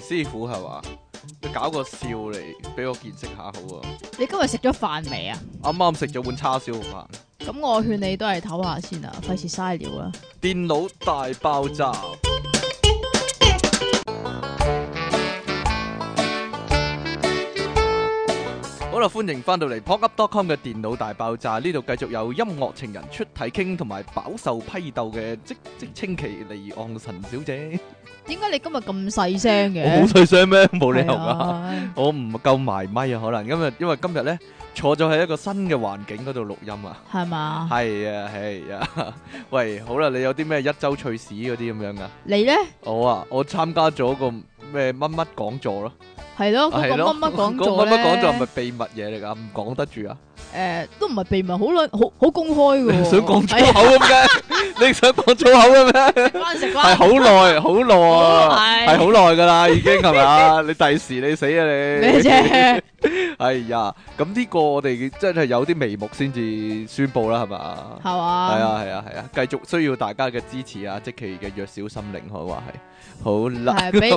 師傅係嘛？你搞個笑嚟俾我見識下好啊！你今日食咗飯未啊？啱啱食咗碗叉燒飯，咁我勸你都係唞下先啊，費事嘥料啊！電腦大爆炸。好啦，歡迎翻到嚟 p o c u p c o m 嘅電腦大爆炸，呢度繼續有音樂情人出體傾同埋飽受批鬥嘅即即稱其離岸神小姐。點解你今日咁細聲我好嘅？細聲咩？冇理由係㗎。啊我唔夠埋咪啊，可能因為因為今日咧坐咗喺一個新嘅環境嗰度錄音啊，係嘛？係啊係 啊，喂，好啦，你有啲咩一周趣事嗰啲咁樣啊？你咧我啊，我參加咗個咩乜乜講座咯，係咯，嗰啊係個咯，乜乜講嗰座個乜咧？乜講座係咪秘密嘢嚟㗎？唔講得住啊！誒都唔係秘密，好撚好好公開嘅你喎。想講粗係啊口咁嘅？你想講粗口嘅咩？食翻食係翻，好耐，好耐啊，好係耐好耐㗎啦，已經係咪啊？你第時你死啊你！咩 啫？哎呀，咁呢個我哋真係有啲眉目先至宣佈啦，係嘛？係係嘛？啊，係啊，係啊，繼續需要大家嘅支持啊！即其嘅弱小心靈可以話係，好啦， 係俾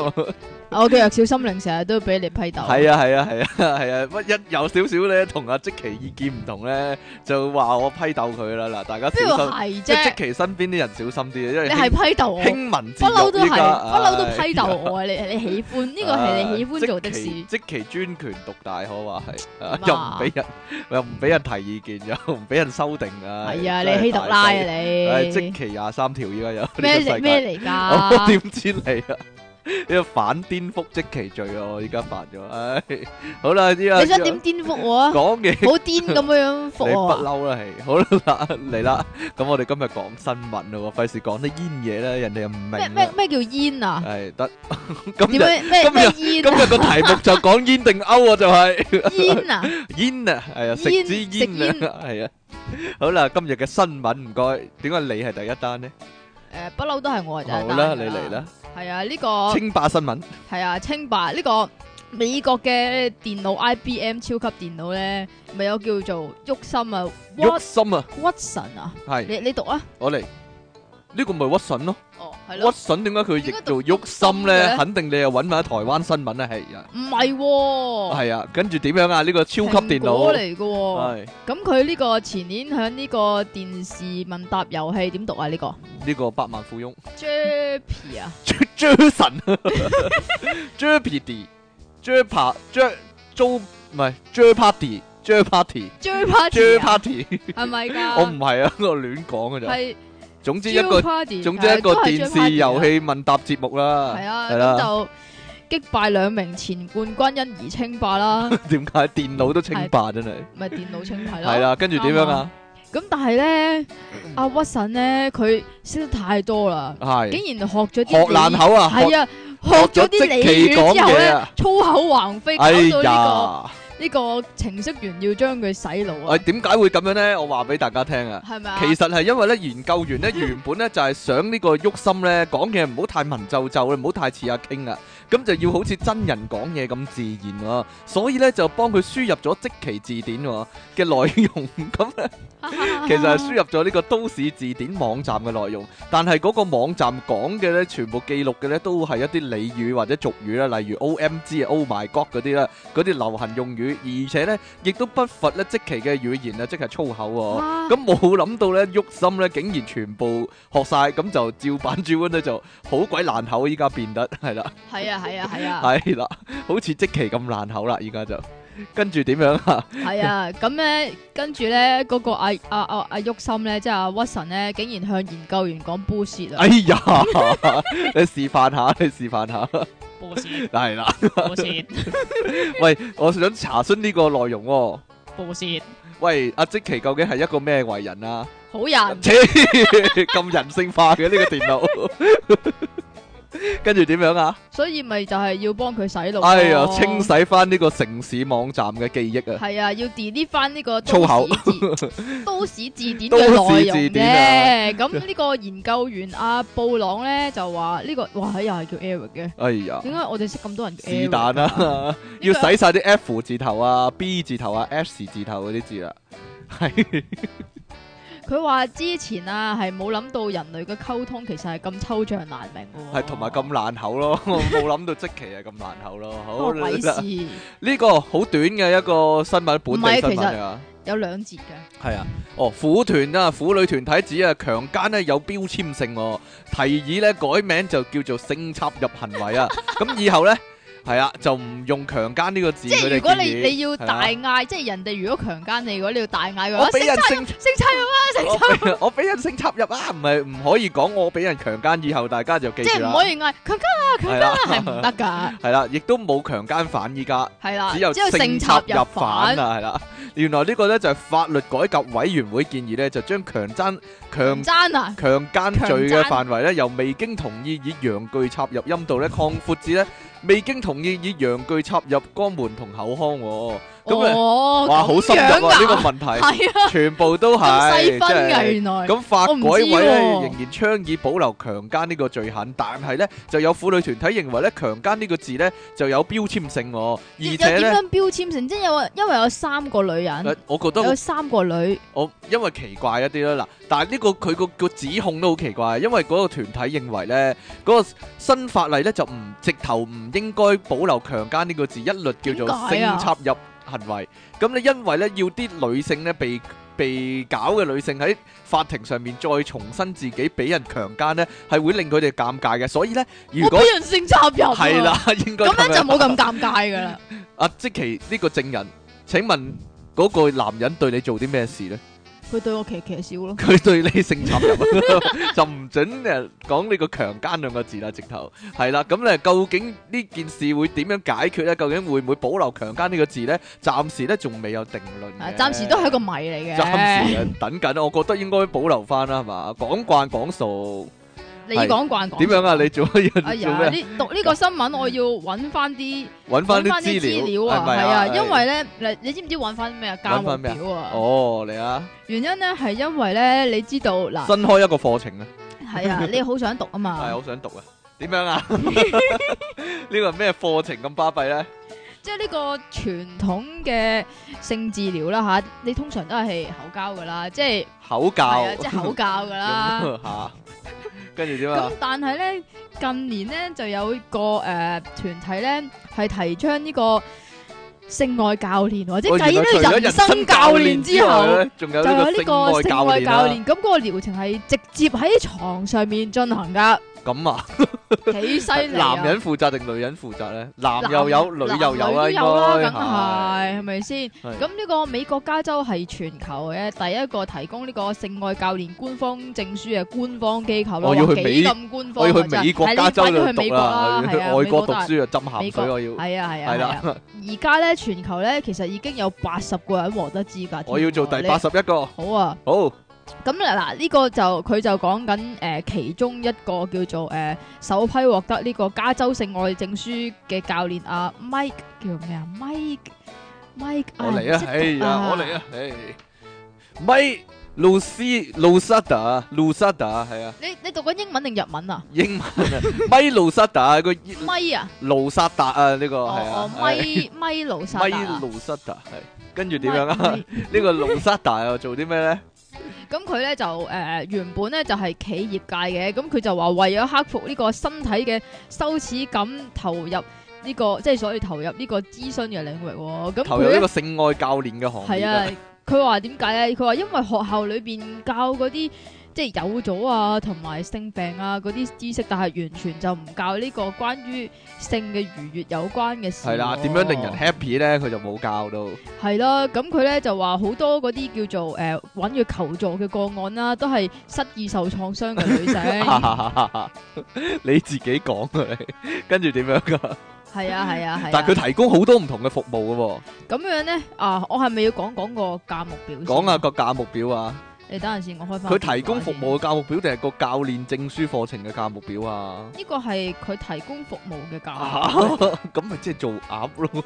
我嘅弱小心靈成日都俾你批鬥。係啊，係啊，係啊，係啊，乜一有少少咧，同阿即其意見唔同咧，就話我批鬥佢啦。嗱，大家邊小度心，係即即啫？其身邊啲人小心啲啊，因為你輕係批鬥我，輕文字不嬲都係，獄不依家嬲都唉批鬥我。你你喜歡呢個係你喜歡做的事，啊即其即其專權獨大，可話 係啊點又唔啊俾人，又唔俾人提意見，又唔俾人修訂啊！ 係啊！真係你希特拉啊大劑唉即你其廿三條依家有呢個 咩世界 嚟咩嚟我㗎？點知你啊？ 呢個反顛覆即其罪啊！我依家犯咗，唉，好啦，呢個你想點顛覆我啊？講 嘢好癲咁樣你覆不我啊！嬲啦，係好啦， 嚟啦，咁我哋今日講新聞咯，費事講啲煙嘢啦，人哋又唔明咩咩啊，咩叫煙啊？係得今點日。樣咩咩煙今啊？日個題目就講煙定勾啊，就係煙啊？煙啊，係啊，食煙支食煙啊，係啊。好啦，今日嘅新聞唔該，點解你係第一單呢？誒，不嬲都係我就好啦，你嚟。啦，係啊，呢個。清霸新聞係啊，清白呢、個美國嘅電腦 IBM 超級電腦咧，咪有叫做沃森啊鬱心啊，à? ，Wat- Watson à? 啊，係你你讀啊？我嚟。呢個咪屈臣咯，哦，係屈咯，臣點解佢譯做應該讀鬱心鬱心咧？嘅肯定你又揾埋台灣新聞啊，係啊，唔係喎，係啊。跟住點樣啊？呢個超級電蘋果腦嚟嘅喎。係咁佢呢個前年喺呢個電視問答遊戲點讀啊？呢、個呢個百萬富翁 Jeppy 啊， Jason Jeopardy Jeopa Je Jo 唔係 Jeopardy Jeopardy J Jeppy 啊 party，係咪我唔㗎？係啊，我亂講嘅咋。係總之一個 Jeopardy，總之一個電視遊戲戲問答節目啦。係啊，係咁啦。就擊敗兩名前冠軍因而稱 霸啦。點解電腦都稱霸真係？咪電腦清係咯。係。啦，跟住點樣啊？咁但係咧，阿屈臣咧，佢識得太多啦，係竟然學咗啲學爛俚口啊！係學啊，學咗啲俚語學咗之即期講後嘢咧，啊！粗口橫飛，搞哎到呀，呢個呢個程式員要將佢洗腦喂，啊，點解會咁樣咧？我話俾大家聽啊！係咪啊？其實係因為咧，研究員咧原本咧就係想呢個鬱心咧講嘢唔好太文縐縐，唔好太似阿 King 啊，咁就要好似真人講嘢咁自然喎、所以咧就幫佢輸入咗即其字典喎嘅內容，咁咧其實係輸入咗呢個都市字典網站嘅內容，但係嗰個網站講嘅咧，全部記錄嘅咧都係一啲俚語或者俗語啦，例如 O M G 啊、Oh my God 嗰啲啦，嗰啲流行用語，而且咧亦都不乏咧即其嘅語言啊，即係粗口喎、啊咁冇諗到咧，鬱心咧竟然全部學晒，咁就照板煮碗咧就好鬼爛口，依家變得係啦，係啊係啊係啊係啦，好似即期咁爛口啦，依家就跟住點樣啊？係啊，咁咧跟住咧嗰個阿阿阿阿郁心咧，即係阿屈臣咧，竟然向研究員講 bullshit 啊哎呀，你示範下，你示範下， ，bullshit 係啦， bullshit 喂，我想查詢呢個內容喎、 bullshit，喂，阿即奇究竟係一個咩為人啊？好人切咁人性化嘅呢個電腦，跟住點樣啊？所以咪就係要幫佢洗腦。哎呀，清。洗翻呢個城市網站嘅記憶啊！系啊，要 delete 翻呢個粗口都市字 都市字典嘅內容啊嘅。咁呢個研究員阿布朗咧就話呢個，哇，又係叫 Eric 嘅。哎呀，點解我哋識咁多人叫 Eric？是但 啦，要呢個洗晒啲啊 F 字頭啊、B 字頭啊、S 字頭嗰啲字啦，係佢話之前啊係冇諗到人類嘅溝通其實係咁抽象難明嘅喎，係同埋咁爛口咯， 我冇諗到即期係咁爛口咯。好關我哦鬼啦，事，呢個好短嘅一個新聞，本唔地係新其聞實啊。有兩節嘅，係啊，哦，婦團啊，婦女團體指啊，強姦咧有標籤性、喎，提議咧改名就叫做性插入行為 啊，咁以後咧係啊，就唔用強姦呢個字。即佢係哋如果你建議你要係啊大嗌，即係人哋如果強姦你，如果你要大嗌嘅我話，俾性人差性，性差啊，性差，我俾我俾人性插入啊，唔係唔可以講我俾人強姦，以後大家就記即住係啦唔。可以嗌強姦啊，強係姦啊，啦係唔得㗎，係啦，亦都冇強姦犯依家。係啦，只有啊性性插插入入犯反。啊，係啦。原來呢個咧就係法律改革委員會建議咧，就將強爭強爭啊！強姦罪嘅強姦範圍咧，由未經同意以陽具插入陰道咧，擴闊至咧未經同意以陽具插入肛門同口腔喎。咁咧，哦，哇，好深入啊！呢個問 題，系啊，全部都咁係細分即係嘅原來。咁法我唔改委咧知喎仍然倡議保留強姦呢個罪行，但係咧就有婦女團體認為咧強姦呢個字咧就有標籤性喎，而且有點咧。呃樣標籤性？即係有，因為有三個女人，我覺有得三個女，我因為奇怪一啲啦，嗱，但係呢個佢個個指控都好奇怪，因為嗰個團體認為咧，嗰、個新法例咧就唔直頭唔應該保留強姦呢個字，一律叫做性點解啊插入行為。咁你因為咧要啲女性咧被被搞嘅女性喺法庭上面再重申自己俾人強姦咧，係會令佢哋尷尬嘅，所以咧如我果俾人性插入啊。係啦， 應該咁樣就冇啦咁尷尬噶啦。啊，即其呢個證人，請問嗰個男人對你做啲咩事咧？佢對我騎騎笑咯， 佢對你性插入啊就唔準誒講呢個強姦兩個字啦，直頭係啦。咁咧，究竟呢件事會點樣解決咧？究竟會唔會保留強姦呢個字咧？暫時咧仲未有定論啊嘅。暫時都係一個謎嚟嘅。暫時啊等緊，我覺得應該保留翻啦，係嘛？講慣講數你講慣講。點樣啊？你做乜哎嘢？呀，做咩？呢讀呢個新聞，我要揾翻啲揾翻揾啲翻啲資料料啊，咪係啊，因為咧，嗱你知唔知揾翻咩啊？價揾目返咩啊表啊，哦，你啊，原因咧係因為咧，你知道嗱，新開一個課程啊，係啊，你好想讀啊嘛係。好想讀啊。點 樣啊？呢個咩課程咁巴閉咧？即係呢個傳統嘅性治療啦吓，你通常都係口交噶啦，即係口係教啊，。即係口交噶 啦。咁吓，跟住點啊咁？但係咧，近年咧就有一個诶團、體咧係提倡呢個性愛教練，或者我繼呢原來除個咗人生教練之後，人生教練之外咧，仲有就有呢呢個個性性愛愛教教練啦。練。咁嗰個療程係直接喺床上面進行 噶，咁啊，幾犀利啊！男人負責定女人負責咧？男男又有，人女男又有啊都啦，應該梗係係咪先？係咁呢個美國加州係全球嘅第一個提供呢個性愛教練官方證書嘅官方機構咯。我要去哇幾美咁官我方啊，要去美國加州真係係度你快啲去美讀國啦，啦，我要係去 啊，外國讀書。書啊，浸鹹水我要。係啊係啊，係係啊啦，而家咧全球咧其實已經有八十個人獲得資格。我要做第八你十一個。好啊！好，咁嗱，呢個就佢就講緊誒其中一個叫做誒、呃首批獲得呢個加州性愛證書嘅教練啊 Mike 叫咩啊 Mike Mike 我唉嚟唔識啊！讀哎呀，我嚟啊！哎，咪露斯露薩達露薩達係啊，你你讀緊英文定日文啊？英文啊，咪露薩達個咪啊，露薩達啊，呢個哦係哦啊，係 咪咪盧薩達咪啊路塞達係，跟住點樣啊？咪呢個路塞達又做啲咩咧？咁佢咧就誒、呃原本咧就係、企業界嘅，咁佢就話為咗克服呢個身體嘅羞恥感，投入呢、個即係所以投入呢個諮詢嘅領域喎、咁投佢入咧呢個性愛教練嘅行係業啊啊！，佢話點解咧？佢話因為學校裏邊教嗰啲即係有咗啊，同埋性病啊嗰啲知識，但係完全就唔教呢個關於性嘅愉悅有關嘅事喎。係啦，點樣令人 happy 咧？佢就冇教到。係啦，咁佢咧就話好多嗰啲叫做誒揾佢求助嘅個案啦，都係失意受創傷嘅女 性。你自己講嘅，你跟住點樣噶？係啊係啊係啊。但係佢提供好多唔同嘅服務嘅咁樣咧啊，我係咪要講講個價目表喎，先？講下個價目表啊，你等陣先，我開翻。佢提供服務嘅價目表定係個教練證書課程嘅價目表啊？ 呢個係佢提供服務嘅價目表，咁咪即係做鴨咯，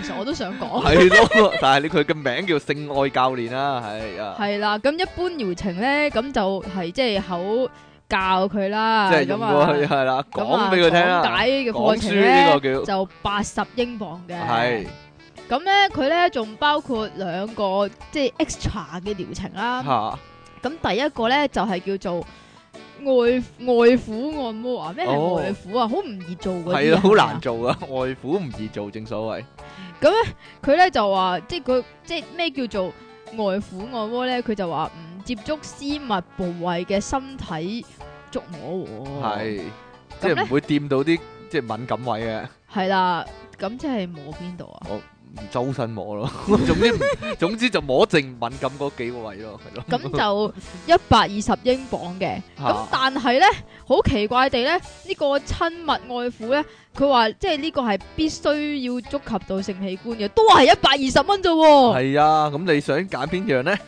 其實我都想講。係咯。但係你佢嘅名叫性愛教練啦，係啊。系啦，咁一般療程咧，咁就係即係口教佢啦，即係用咁過啊，去係啦，咁啊講俾佢聽講啦，解嘅講課書程咧呢個叫就八十英磅嘅，係咁咧佢咧仲包括兩個即係 extra 嘅療程啦，嚇咁第一個咧就係、叫做外外府按摩啊，咩係哦外府啊？好唔易做係嗰啲啊，啊，好係咪啊難做啊， 外父唔易做，正所謂。佢咧就話，即係佢即係咩叫做外苦按摩咧？佢就話唔接觸私密部位嘅身體觸摸喎，係，即係唔會掂到啲即係敏感位嘅， 係啦。咁即係摸邊度 啊？唔周身摸咯。總之唔， 總之就摸淨敏感嗰幾個位咯，係咯。咁就一百二十英鎊嘅。咁嚇但係咧，好奇怪地咧，呢、個親密愛撫咧，佢話即係呢個係必須要觸及到性器官嘅，都係一百二十蚊啫喎。係啊，咁你想揀邊樣咧？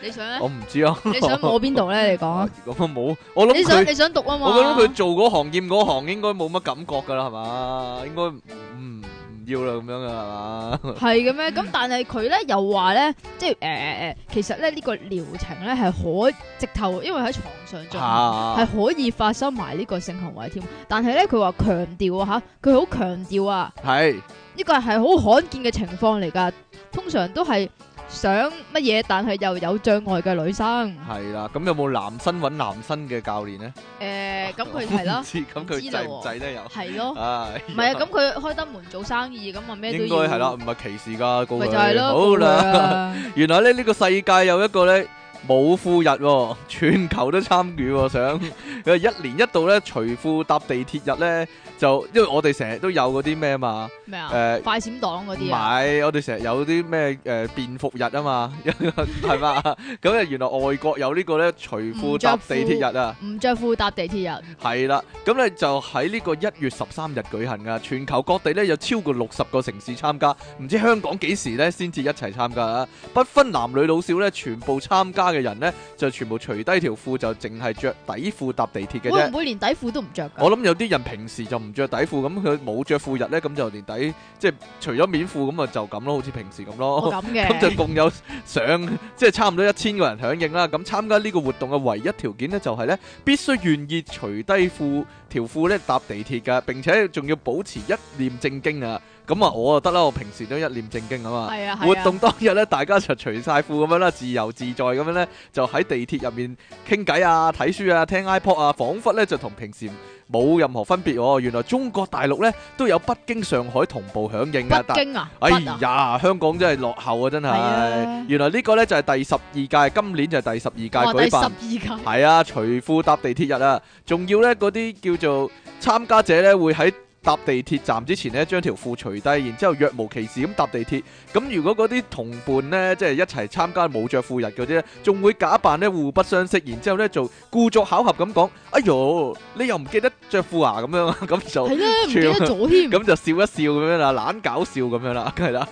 你想咧？我唔知啊。你想摸邊度咧？你講啊！ 如果冇，我諗你想佢。你想讀啊嘛？我覺得佢做嗰行厭嗰行應該冇乜感覺噶啦，係嘛？應該唔唔唔要啦咁樣噶啦， 係嘛？係嘅咩？咁但係佢咧又話咧，即係誒誒誒，其實咧呢、個療程咧係可直頭，因為喺床上進行，係嚇可以發生埋呢個性行為添。但係咧佢話強調啊吓，佢好強調啊，係呢個係好罕見嘅情況嚟㗎，通常都係想乜嘢，但係又有障礙嘅女生。係啦。咁有冇男生揾男生嘅教練咧？誒咁 佢我唔 係啦，知咁佢制唔制咧又？係咯，唉，唔係啊，咁佢開得門做生意，咁啊咩都應該要係啦，，唔係歧視噶，告咪就係佢。咯，好啦。啦。 原來咧呢、個世界有一個咧冇褲日、喎， 全球都參與喎，想 佢話一年一度咧除褲搭地鐵日咧，就因為我哋成日都有嗰啲咩嘛，咩誒、啊？快閃黨嗰唔啲啊，係，我哋成日有啲咩誒便服日啊嘛， 係嘛？咁啊，原來外國有呢個咧除褲搭地鐵日啊，唔着褲搭地鐵啊人。係啦。咁咧就喺呢個一月十三日舉行噶，全球各地咧有超過六十個城市參加，唔知香港幾時咧先至一齊參加啊？不分男女老少咧，全部參加嘅人咧就全部除低條褲，就淨係着底褲搭地鐵嘅會啫唔。會連底褲都唔着噶？我諗有啲人平時就唔着底褲，咁佢冇着褲日咧，咁就連底即係除咗面褲咁啊，就咁咯，好似平時咁咯。我咁嘅，咁就共有上 即係差唔多一千個人響應啦。咁參加呢個活動嘅唯一條件呢，就係呢必須願意除低褲條褲咧搭地鐵㗎，並且仲要保持一念正經啊。咁啊，我啊得啦，我平時都一念正經啊嘛。係啊，活動當日咧，大家就除晒褲咁樣啦，自由自在咁樣咧，就喺地鐵入面傾偈啊、睇書啊、聽 iPod 啊，彷彿咧就同平時冇任何分別喎、原來中國大陸咧都有北京、上海同步響應啊，北京啊，哎北啊呀，香港真係落後啊，真係。係啊原來呢個呢就係第十二屆，今年就係第十二哇屆舉第十辦二。屆，係啊，除褲搭地鐵日啊，仲要呢嗰啲叫做參加者呢會喺搭地鐵站之前呢將條褲除低，然之後若無其事咁搭地鐵。咁如果嗰啲同伴呢，即係一齊參加冇着褲日嗰啲呢，仲會假扮呢互不相識，然之後呢就故作巧合咁講：哎呦，你又唔記得着褲啊？咁樣啊，咁就。係 咧，唔記得咗 添。咁就笑一笑咁樣啦，懶搞笑咁樣啦，係 啦，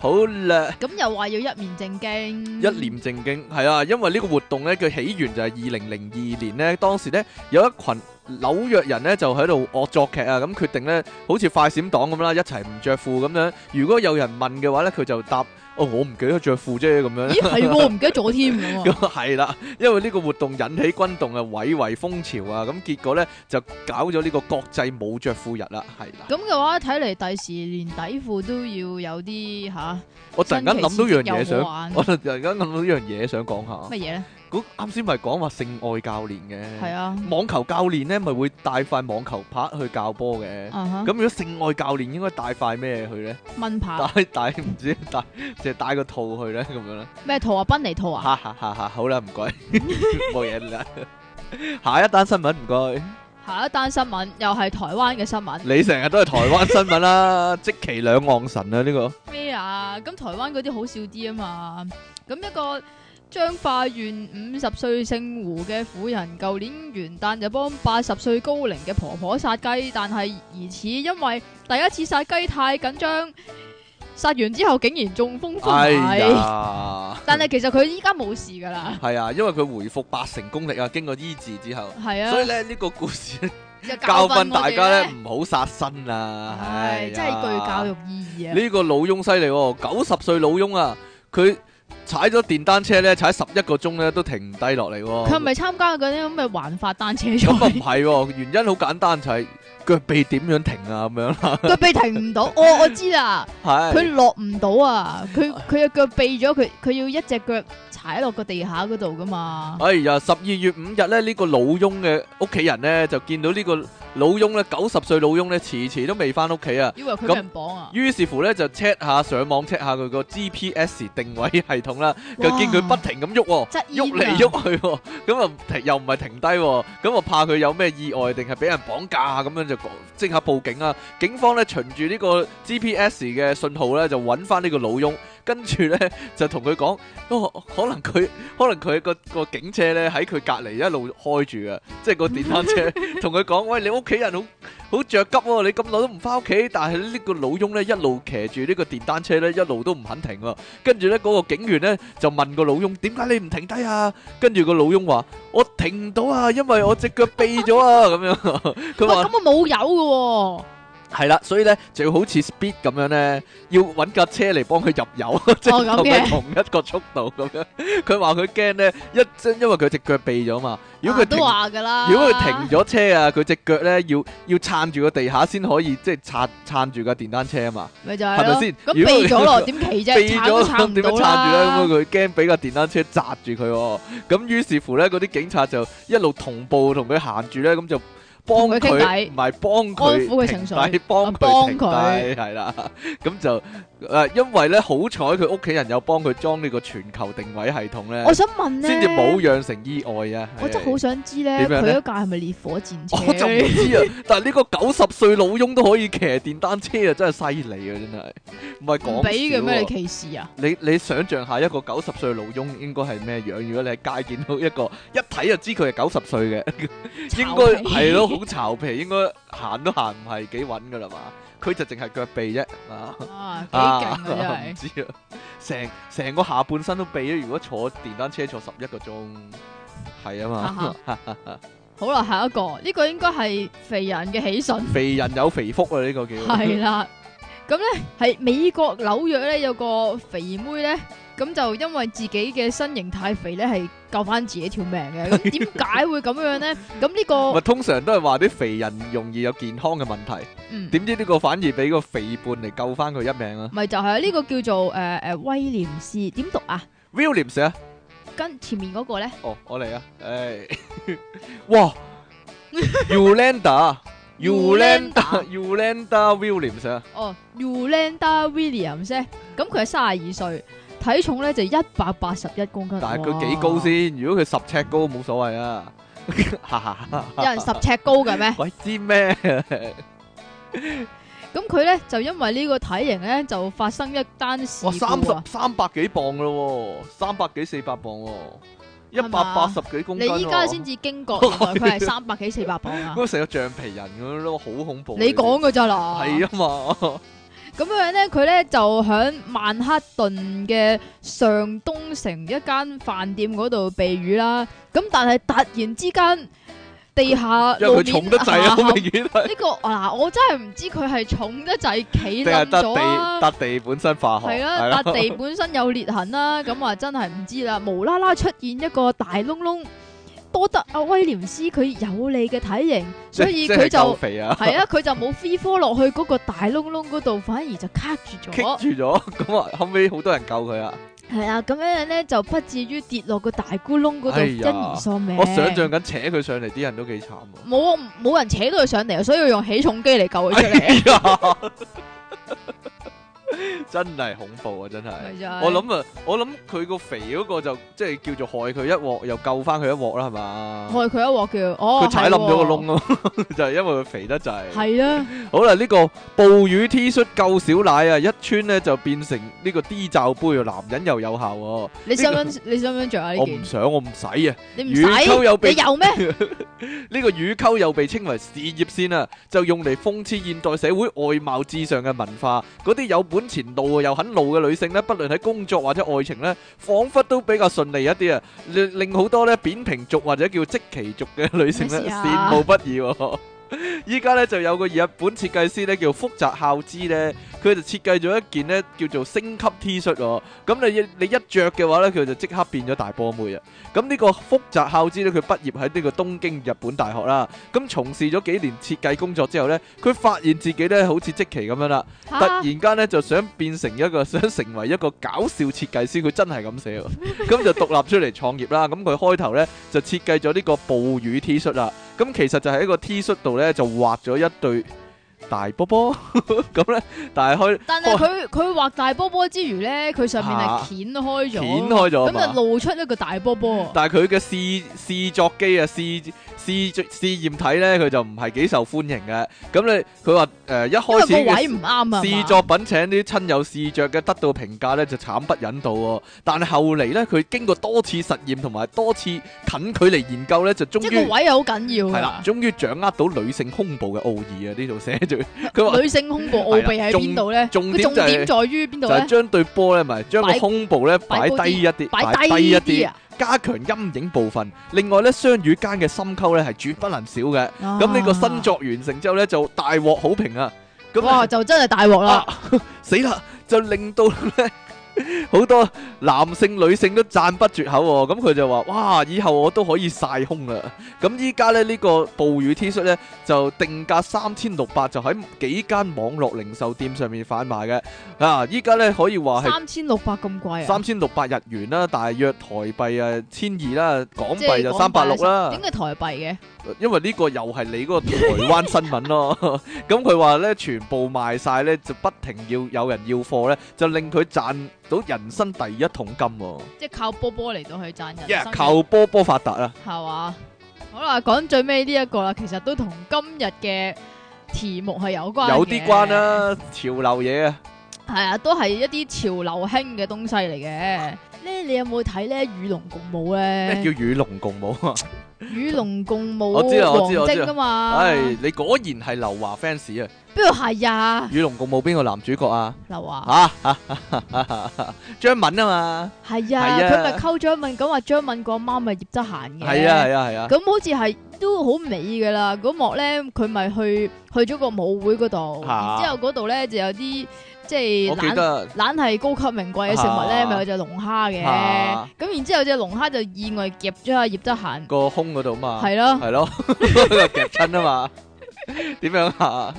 好啦，咁又話要一面正經，一臉正經，係啊，因為呢個活動呢，佢起源就係二零零二年呢。當時呢，有一群紐約人呢，就喺度惡作劇啊，咁決定呢，好似快閃黨咁啦，一齊唔着褲咁樣。如果有人問嘅話呢，佢就答：哦，我唔記得着褲啫咁樣。 咦係喎，唔記得咗添咁 啊咁係啦，因為呢個活動引起轟動啊，蔚為風潮啊，咁結果呢，就搞咗呢個國際冇着褲日啦，係啦。咁嘅話，睇嚟第時連底褲都要有啲吓，我突然間諗到樣嘢想新奇刺激又 好，玩我突然間諗到樣嘢想講下。乜嘢咧？嗰啱先咪講話性愛教練嘅，係啊，網球教練咧咪會帶塊網球拍去教波嘅。啊哈咁，如果性愛教練應該帶塊咩去咧？蚊拍帶帶唔知 帶，就係帶個套去咧咁樣咧。咩套啊？賓尼套啊？哈哈哈！哈好啦，唔該， 冇嘢啦。下一單新聞唔該， 下一單新聞又係台灣嘅新聞。你成日都係台灣新聞啦，即其兩岸神啊呢個。咩啊？咁台灣嗰啲好笑啲啊嘛。咁一個彰化縣五十歲姓胡嘅婦人，舊年元旦就幫八十歲高齡嘅婆婆殺雞，但係疑似因為第一次殺雞太緊張，殺完之後竟然中風昏哎迷。呀，但係其實佢依家冇事噶啦，係啊，因為佢回復八成功力啊，經過醫治之後，係啊所 以，咧呢個故事咧就教訓訓大家我哋咧，唔好殺生啊！唉唉，真係具呀教育意義啊！呢個老翁犀利喎，九十歲老翁啊，佢踩咗電單車咧，踩十一個鐘咧都停唔低落嚟喎。佢係咪參加嗰啲咁嘅環法單車 賽咁？啊唔係喎，原因好簡單，就係腳臂點樣停啊咁樣啦。佢被停唔到，哦，我知啦，係 佢落唔到啊！佢佢嘅腳避咗，佢佢要一隻腳踩落個地下嗰度噶嘛。哎呀，十二月五日咧，呢個老翁嘅屋企人咧就見到呢個老翁咧九十歲老翁咧遲遲都未翻屋企啊。以為佢咁俾人綁啊！於是乎咧就 check 下上網 check 下佢個 GPS 定位系統啦，就哇見佢不停咁喐喎，質喐煙嚟啊喐去喎，咁啊停又唔係停低喎，咁啊怕佢有咩意外定係俾人綁架啊咁樣就講即刻報警啦。警方咧循住呢個 GPS 嘅信號咧就揾翻呢個老翁，跟住咧 就同佢講，哦可能佢可能佢個個警車咧喺佢隔離一路開住嘅，即係個電單車。同佢講：喂，你屋企人好好着急喎、你咁耐都唔翻屋企，但係呢個老翁咧一路騎住呢個電單車咧，一路都唔肯停喎、跟住咧嗰個警員咧就問個老翁：點解你唔停低啊？跟住個老翁話：我停唔到啊，因為我只腳痹咗啊，咁 樣。佢喂，話咁。我冇油嘅喎。係啦，所以咧就要好似 speed à. 咁樣咧，要揾架車嚟幫佢入 油，即係咁同嘅佢同一個速度咁樣。佢話佢驚咧，一即因為佢只腳痹咗嘛，如果啊佢停都話噶啦，如果佢停咗車啊，佢只腳咧要要撐住個地下先可以，即係撐撐住架電單車啊嘛，咪就係係咪咯先？咁如果避 咗咯，佢點企啫？避撐都撐咗 唔點樣撐住到咧？啦咁。佢驚俾架電單車砸住佢喎。咁於是乎咧，嗰啲警察就一路同步同佢行住咧，咁就幫同佢傾佢偈唔係幫安佢撫佢停情緒啊低，幫幫佢停佢低係啦。咁就誒，因為咧好彩佢屋企人有幫佢裝呢個全球定位系統我咧，想問咧，先至冇釀成意外啊！我真係係好想知點咧，樣咧佢嗰架係咪烈火 戰車？我就唔知啊，但係呢個九十歲老翁都可以騎電單車啊，真係犀利啊，真係唔係講唔俾嘅咩？笑你啊歧視啊？你你想象下一個九十歲老翁應該係咩樣？如果你喺街見到一個一睇就知佢係九十歲 嘅，應該係咯，好巢皮，應該行都行唔係幾穩噶啦嘛。佢就淨係腳痹啫啊！啊，幾啊勁啊！真唔係知啊，成成個下半身都痹咗。如果坐電單車坐十一個鐘，係啊嘛啊， 好啦，下一個呢個應該係肥人 嘅喜訊，肥人有肥福啊！呢個叫係啦。咁咧喺美國紐約咧有個肥妹咧，咁就因為自己嘅身形太肥咧，係救翻自己條命嘅。 咁點解會咁樣咧？咁呢咪個通常都係話啲肥人容易有健康嘅問題，嗯。點知呢個反而俾個肥胖嚟救翻佢一命啊咪就係呢個叫做诶诶威廉斯點讀啊？ ！Williams 啊，跟前面嗰個咧哦，我嚟啊，唉， 哇，Yolanda，Yolanda，Yolanda Williams 啊，哦 u l a n d a Williams 咧，咁佢係三十二歲，體重咧就一百八十一公斤。但係佢幾高？先？如果佢十尺高冇所謂啊， 哈哈，？有人十尺高嘅咩鬼知咩？咁佢咧就因為呢個體型咧就發生一單事哇，三故十啊！三百幾磅咯喎，三百幾四百磅喎，一百係八嘛十幾公你斤喎。依家先至驚覺，原來佢係三百幾四百磅啊！嗰成個橡皮人咁樣咯，好恐怖。你講噶咋啦？係啊 嘛，咁樣咧，佢咧就喺曼克頓嘅上東城一間飯店嗰度避雨啦。咁但係突然之間，地下因路為佢面重得滯下啊，好陷 明顯 係。呢個嗱，我真係唔知佢係重得滯企定係冧笪咗地啊！笪地本身化學係啦，笪地本身有裂痕啦，咁啊真係唔知啦，無啦啦出現一個大窿窿，多得阿威廉斯佢有利嘅體型，所以 即係佢就夠肥啊，係啊，佢就冇 free fall 落去嗰個大窿窿嗰度，反而就卡住棘咗。住咗， 咁啊後尾好多人救佢啊！係啊，咁樣樣咧就不至於跌落個大咕窿嗰哎呀度，因而喪命。我想象緊扯佢上嚟，啲人都幾慘啊！冇冇人扯到佢上嚟，所以要用起重機嚟救佢出哎 嚟。嚟，真係恐怖啊！真係。咪就係我諗啊，我諗佢個肥嗰個就即係叫做害佢一鑊，又救翻佢一鑊啦，係嘛？害佢一鑊叫，哦，佢踩冧咗個窿啊，咯， 就係因為佢肥得滯。係啊啦，好啦，呢、個暴雨 T 恤夠小奶啊，一穿呢就變成呢個 D 罩杯啊，男人又有效喎、你想唔想你想唔想着啊呢我唔件？想，我唔使啊！你唔乳溝有鼻使，你有咩？呢個乳溝又被稱為事業線啊，就用嚟諷刺現代社會外貌至上嘅文化。嗰啲有本錢路又肯路嘅女性呢，不論喺工作或者愛情呢，彷彿都比較順利一啲啊，令令好多呢扁平族或者叫積其族嘅女性呢 咩事啊羨慕不已喎。依家咧就有個日本設計師咧叫福澤孝之咧，佢就設計咗一件咧叫做升級 T 恤喎。咁你一你一着嘅話咧，佢就即刻變咗大波妹啊！咁呢個福澤孝之咧，佢畢業喺呢個東京日本大學啦。咁從事咗幾年設計工作之後咧，佢發現自己咧好似即期咁樣啦，嚇突然間咧就想變成一個 想成為一個搞笑設計師，佢真係咁寫喎。咁就獨立出嚟創業啦。咁佢開頭咧就設計咗呢個暴雨 T 恤啦。咁其實就喺一個 T 恤度咧就畫咗一對大波波， 咁咧但係開但係佢佢畫大波波之餘咧，佢上面係掀開掀咗，開咗啊哎咁就嘛。露出一個大波波。但係佢嘅試試作機啊，試試試驗體咧，佢就唔係幾受歡迎嘅。咁咧佢話誒一因為開始個嘅位唔啱啊嘛，試作品請啲親友試着嘅，得到評價咧就慘不忍睹喎。但係後嚟咧，佢經過多次實驗同埋多次近距離研究咧，就終即係於個位係好緊要啊係啦，㗎。終於掌握到女性胸部嘅奧義啊！呢度寫住啊佢話女性胸部奧秘喺邊度咧？重個重點點就在於邊就度係咧？將對波咧，咪將個擺胸部咧擺擺高啲低一啲，擺低一啲啲，啊！加強陰影部分。另外咧，雙乳間嘅深溝咧係絕不能少嘅。啊咁呢個新作完成之後咧，就大獲好評啊！咁呢哇，就真係大鑊啦！啊， 死啦！就令到咧好多男性、女性都讚不絕口喎、咁佢就話：哇，以後我都可以晒胸啦！咁依家咧呢、呢個暴雨 T 恤咧就定價三千六百，就喺幾間網絡零售店上面販賣嘅。啊，依家咧可以話係三千六百咁貴啊三！千六百日元啦，大約台幣啊千二啦，港即幣就三百六啦。點解台幣嘅？因為呢個又係你嗰個台灣新聞咯， 咁佢話呢，全部賣晒呢，就不停要有人要貨呢，就令佢賺到人生第一桶金喎、即係靠波波嚟到去賺人一生嘅，靠波波發達啊！係嘛？好啦，講最尾呢一個啦，其實都同今日嘅題目係有關嘅，有啲關啦、潮流嘢啊，係啊，都係一啲潮流興嘅東西嚟嘅。咧，你有冇睇咧《與龍共舞》咩叫咧？與龍共舞啊？與龍共舞，我知啊我知我王知啊晶啊嘛，唉，你果然係劉華 fans 啊！邊度係啊？與龍共舞邊個男主角啊？劉華嚇、啊、張敏啊嘛，係啊，係啊佢咪溝張敏，咁話張敏個阿媽咪葉德嫻嘅，係啊係啊係啊，咁好似係都好美噶啦，嗰幕咧佢咪去去咗個舞會嗰度，嚇然之後嗰度咧就有啲即係我記懶得啊懶係高級名貴嘅食物咧，嚇咪有隻龍蝦嘅，嚇咁然之後隻龍蝦就意外夾咗阿葉德嫻，個胸嗰度嘛。係咯，系 咯，夾親啊嘛，點樣啊？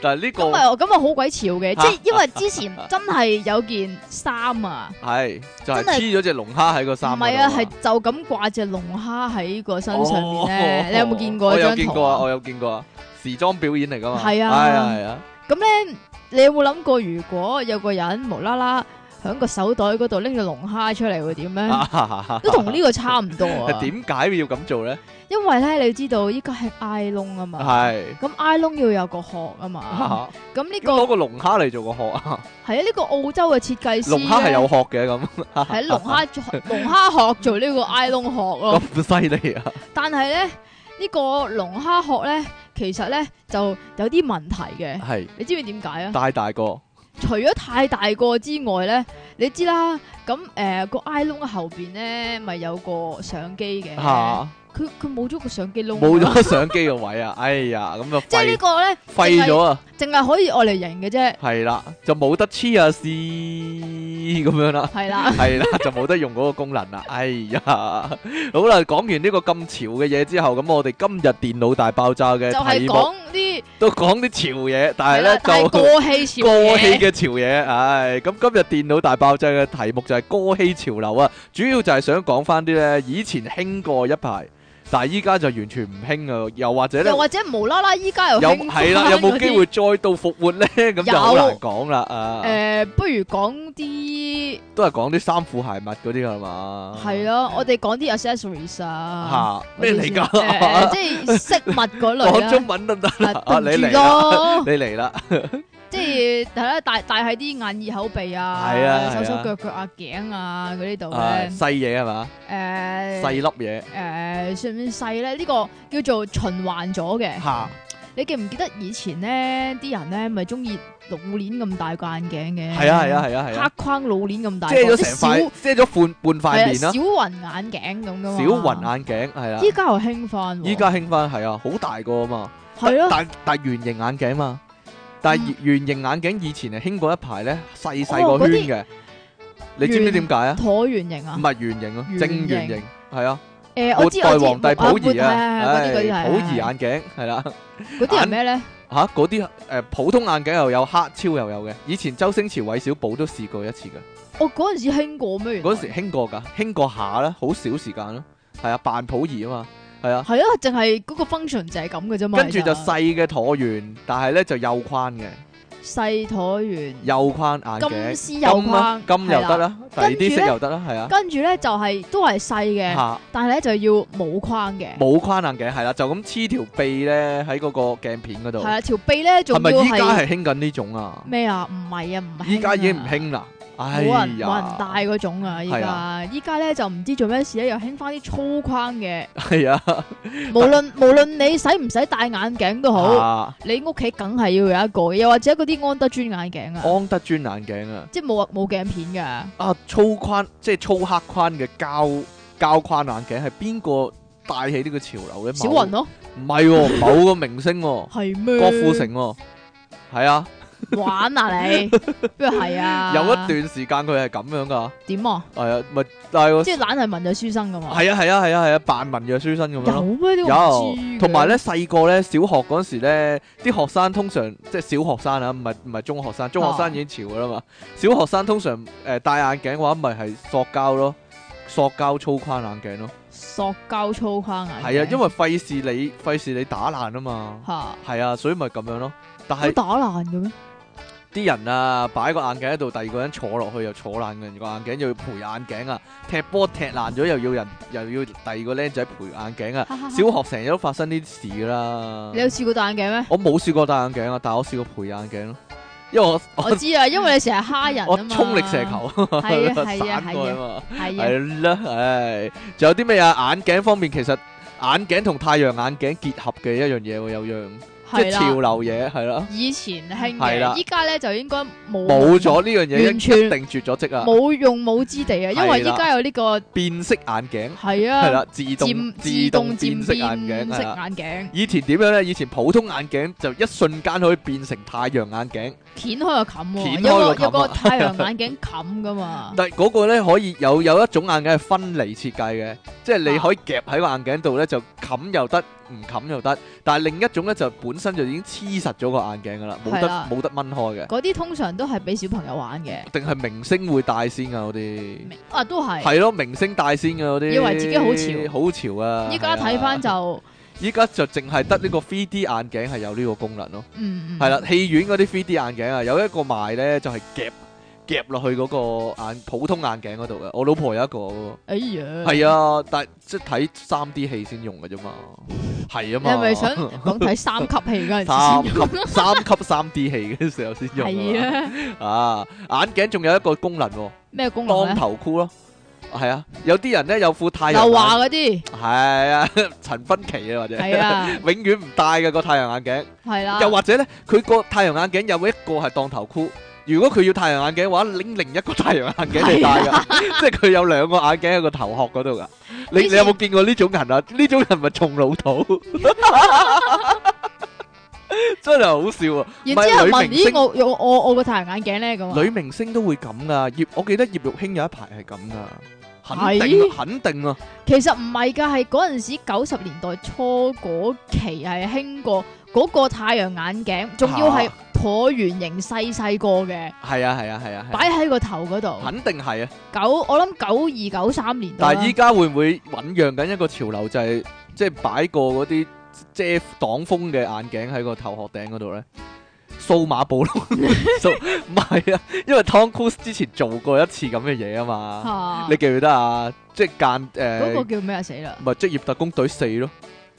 但係呢咁咪個咁咪好鬼潮嘅，嚇即係因為之前真係有件衫啊，係就係真係黐咗只龍蝦喺個唔衫嗰度，係啊，係就咁掛隻龍蝦喺個身上面哦咧，你有冇見過我呢有張見圖過啊，啊？我有見過啊，時裝表演嚟噶嘛，係啊係啊，係啊，咁咧，你有冇諗過如果有個人無啦啦喺個手袋嗰度拎隻龍蝦出嚟會點咧？À, 都同呢個差唔多啊係。點解要咁做咧？因為咧，你知道依家係 I 窿啊嘛，係咁 I 窿要有個殼 啊嘛。要咁呢個攞個龍蝦嚟做個殼啊，係啊，呢個澳洲嘅設計師龍蝦係有咧殼嘅咁，係龍蝦 龍蝦殼做呢個 I 窿殼咯。咁犀利啊！但係咧，呢個龍蝦殼咧，其實咧就有啲問題嘅。係你知唔知點解啊？大大個除咗太大個之外咧，你知啦，咁誒個 I 窿後邊咧，咪有個相機嘅，佢嚇，佢冇咗個相機窿啊，冇咗相機個位啊！哎呀，咁就即係呢廢個咧，廢咗啊！淨係可以愛嚟型嘅啫，系啦，就冇得黐啊絲咁樣 啦，係啦，係啦，就冇得用嗰個功能啦。哎呀，好啦，講完呢個咁潮嘅嘢之後，咁我哋今日電腦大爆炸嘅就係題目講啲都講啲潮嘢，但係啦咧但就係過氣潮過氣嘅，嘅潮嘢，唉，咁今日電腦大爆炸嘅題目就係過氣潮流啊，主要就係想講翻啲咧以前興過一排，但係依家就完全唔興啊，又或者咧又。或者無啦啦依家又有興係啦，有冇翻嗰啲機會？再度復活咧？咁就好有難講啦啊！誒，不如講啲都係講啲衫褲鞋襪嗰啲係嘛？係咯，我哋講啲 accessories 啊，啊嚇咩嚟嗰啲先誒誒㗎？即係飾物嗰類講啦中文得唔得啦？啊啊，你對唔嚟啊住啦，咯。你嚟啦，即係係啦，戴戴喺啲眼耳口鼻啊，係啊手係啊手腳腳啊、頸啊嗰啲度啊咧，細嘢係嘛？細誒粒嘢誒算唔算細咧？呢個叫做循環咗嘅。嚇你記唔記得以前咧啲人咧咪中意老鏈咁大個眼鏡嘅？係啊係啊係啊係啊黑，框老鏈咁大個，遮咗即成小塊，遮咗半半係啊塊面啦小，雲眼鏡咁噶嘛。小雲眼鏡係啦。依家又興翻喎，依家興翻係啊，好大個啊嘛，係咯但但圓形眼鏡嘛，但係圓形眼鏡以前係興過一排咧，細細哦個嗰圈啲嘅。你知唔知圓點解啊？橢圓形啊唔？係圓形咯，圓正形圓形係啊，诶，末我知代我知，皇帝溥儀啊，末末係係係嗰啲唉嗰啲係溥儀係眼鏡係啦。嗰啲係咩咧？吓嗰啲誒普通眼鏡又有黑超又有嘅，以前周星馳、韋小寶都試過一次嘅，我嗰陣時興過咩？原來嗰時興過㗎，興過下啦，好少時間咯，係啊，扮溥儀啊嘛，係啊，係啊，淨係嗰個 function 就係咁嘅啫嘛。跟住其實就細嘅橢圓，但係咧就右框嘅，細橢圓，右框眼金鏡，絲右金啊啦框，金又得係啦。啦，第二啲跟住色呢又得啦，係啊，跟住咧就係都係細嘅，嚇但係咧就要冇框嘅，冇框眼鏡係啦，就咁黐條臂咧喺嗰個鏡片嗰度，係啦，條臂咧仲係咪要依家係係興緊呢種啊？咩啊？唔係啊，唔係。依家已經唔，興啦，唉冇人冇人呀，戴嗰種啊！依係家啊依家咧就唔知做咩事咧，又興翻啲粗框 嘅，係啊，無論無論你使唔使戴眼鏡都好。啊你屋企梗係要有一個，又或者嗰啲安德尊眼鏡啊，安德尊眼鏡啊！即係冇冇鏡片噶，啊粗框即係粗黑框嘅膠膠框眼鏡係邊個帶起呢個潮流咧？小某雲咯，嗯唔係喎，某個明星喎，係咩？郭富城喎，係啊，玩 啊你，不過係啊，有一段時間佢係咁樣噶，點啊？係啊，咪戴個即係懶係文就書生噶嘛？係啊係啊係啊係啊，扮文弱書生咁樣有咯。咩有都唔知嘅，同埋咧細個咧小學嗰時咧，啲學生通常即係小學生啊，唔係唔係中學生，哦中學生已經潮噶啦嘛。小學生通常誒、呃戴眼鏡嘅話，咪係塑膠咯，塑膠粗框眼鏡咯。塑膠粗框眼鏡，係啊，因為費事你費事你打爛啊嘛，吓係啊，所以咪咁樣咯。但都係打爛嘅咩？啲人啊，擺個眼鏡喺度，第二個人坐落去又坐爛嘅，個眼鏡又要賠眼鏡啊，踢波踢爛咗又要人又要第二個僆仔賠眼鏡啊。小學成日都發生呢啲事㗎啦你。有試過戴眼鏡咩？我冇試過戴眼鏡啊，但我試過賠眼鏡咯，因為我我知啊，因為你成日蝦人 我啊嘛，衝力射球， 係啊係啊散過啊嘛。係啊，係啦，唉，仲有啲咩啊？眼鏡方面，其實眼鏡同太陽眼鏡結合嘅一樣嘢喎，有樣即係係潮啦，流嘢，係 啦，以前興係啦嘅，依家咧就應該冇冇咗呢樣嘢，完一全定絕咗職啊！冇用武之地啊，因係為啦依家有呢個變色眼鏡係啊，係啦，自動漸自動變色眼鏡變係色啦。眼鏡，以前點樣咧？以前普通眼鏡就一瞬間可以變成太陽眼鏡，掀開個冚喎，掀開個冚有個啊有個太陽眼鏡冚 噶嘛，但係嗰個咧可以有有一種眼鏡係分離設計嘅，即係你可以夾喺個眼鏡度咧就冚又得，唔冚又得。但係另一種咧就本身就已經黐實咗個眼鏡噶啦，冇係得啦冇得掹開嘅。嗰啲通常都係俾小朋友玩嘅，定係明星會戴先啊？嗰啲。啊都係，係咯，明星帶先嘅嗰啲，以為自己好好潮啊！依家睇翻係啊，就依家就淨係得呢個 3D 眼鏡係有呢個功能咯。嗯嗯係啦，戲院嗰啲 3D 眼鏡啊，有一個賣咧就係夾夾落去嗰個眼普通眼鏡嗰度嘅。我老婆有一個喎，哎呀，係啊，但係即係睇 3D 戲先用嘅啫嘛，係啊你嘛。係咪想講睇三級戲嗰陣三時級三級 3D 戲嘅時候先先？係用啊啊，啊！眼鏡仲有一個功能喎，咩功能當咧？頭箍咯。係啊，有啲人咧有副太陽劉眼華嗰啲系啊， 陳芬奇啊，或者係啊，永遠唔戴嘅個太陽眼係鏡，啦，又或者咧，佢個太陽眼鏡有一個係當頭箍。如果佢要太陽眼鏡嘅話，拎另一個太陽眼鏡嚟戴噶， 即係佢有兩個眼鏡喺個頭殼嗰度噶。你以你前有冇見過呢種人啊？呢種人咪重老土， 真係好笑啊！唔然係之後女問明星咦我我我我個太陽眼鏡咧咁啊，女明星都會咁噶，葉我記得葉玉卿有一排係咁噶，肯定係肯定啊！其實唔係㗎，係嗰陣時九十年代初嗰期係興過嗰個太陽眼鏡，仲要係啊橢圓形細細個嘅，係啊係啊係啊，係啊擺喺個頭嗰度。肯定係啊！九我諗九二九三年代但啦係依，家會唔會醖釀緊一個潮流，就係即係擺個嗰啲遮擋風嘅眼鏡喺個頭殼頂嗰度咧？數碼暴龍，數唔係啊，因為 à, Tom Cruise 之前做過一次咁嘅嘢啊嘛，嚇你記唔記得啊？即係間嗰個誒，叫咩啊死啦！咪職業特工隊四咯，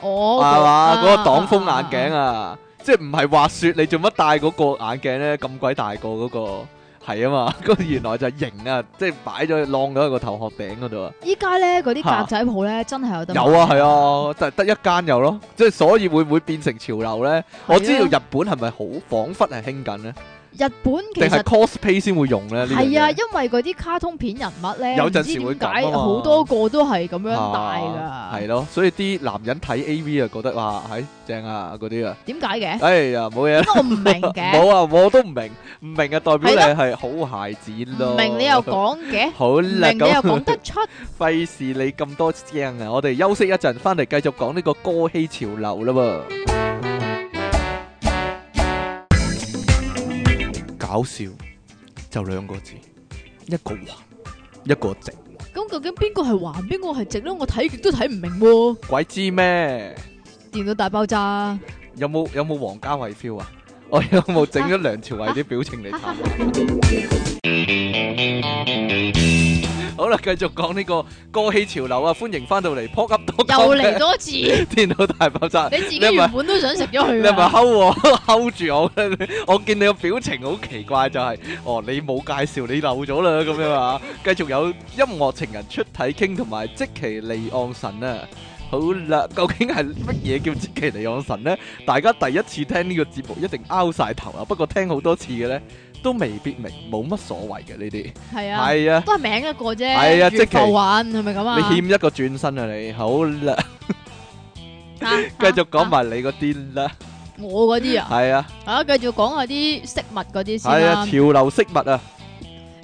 哦，係嘛？à, 嗰個擋啊風眼鏡，啊，即係唔係滑雪，你做乜戴嗰個眼鏡咧？咁鬼大個嗰個係啊 嘛，嗰個原來就係型啊，即係擺咗晾咗喺個頭殼頂嗰度啊。依家咧嗰啲嚇格仔鋪咧真係有得有買啊，係，啊，但係得一間有咯，啊即係所以會唔會變成潮流咧？我知道日本係咪好彷彿係興緊咧？日本其定係實 cosplay 先會用咧？呢樣係啊，嘢因為嗰啲卡通片人物咧，有陣唔知時會咁點啊解嘛好多個都係咁樣戴啊係㗎，咯，所以啲男人睇 AV 啊，覺得哇，係正啊嗰 啲啊，點解嘅？哎呀冇嘢啦，咁我唔明 嘅，冇啊，我都唔明，唔明啊，代表你係好孩子咯。唔明你又講嘅，好啊唔啦，明你又講咁得出，費事你咁多聲啊！我哋休息一陣，翻嚟繼續講呢個歌戲潮流啦喎。搞笑就兩個字，一個橫，一個直。咁究竟邊個係橫，邊個係直咧？我睇極都睇唔明喎，鬼知咩？電腦大 爆炸。有冇有冇王家衛 feel 啊？ 我有冇整咗梁朝偉啲表情嚟啊睇？ 好啦，繼續講呢個歌戲潮流啊！歡迎翻到嚟 p o k Up 多又嚟多次，你 電腦大爆炸，自 己你係咪原本都想食 咗你佢啊係咪㗎，睺我睺住我咧？我見你個表情好奇怪，就係、哦，你冇介紹，你漏咗啦咁樣啊！繼續有音樂情人出體傾同埋即其離岸神啊！好啦， 究竟係乜嘢叫即其離岸神呢？大家第一次聽呢個節目一定拗晒頭啊！不過聽好多次嘅呢，都未必明，冇乜所謂嘅呢啲。係啊，係啊，都係名一個啫，係啊即月期浮雲係咪咁啊？你欠一個轉身啊！你好啦，啊繼續講啊埋你嗰啲啦。我嗰啲啊，係啊，啊，繼續講下啲飾物嗰啲先係啊，潮啦。流飾物啊！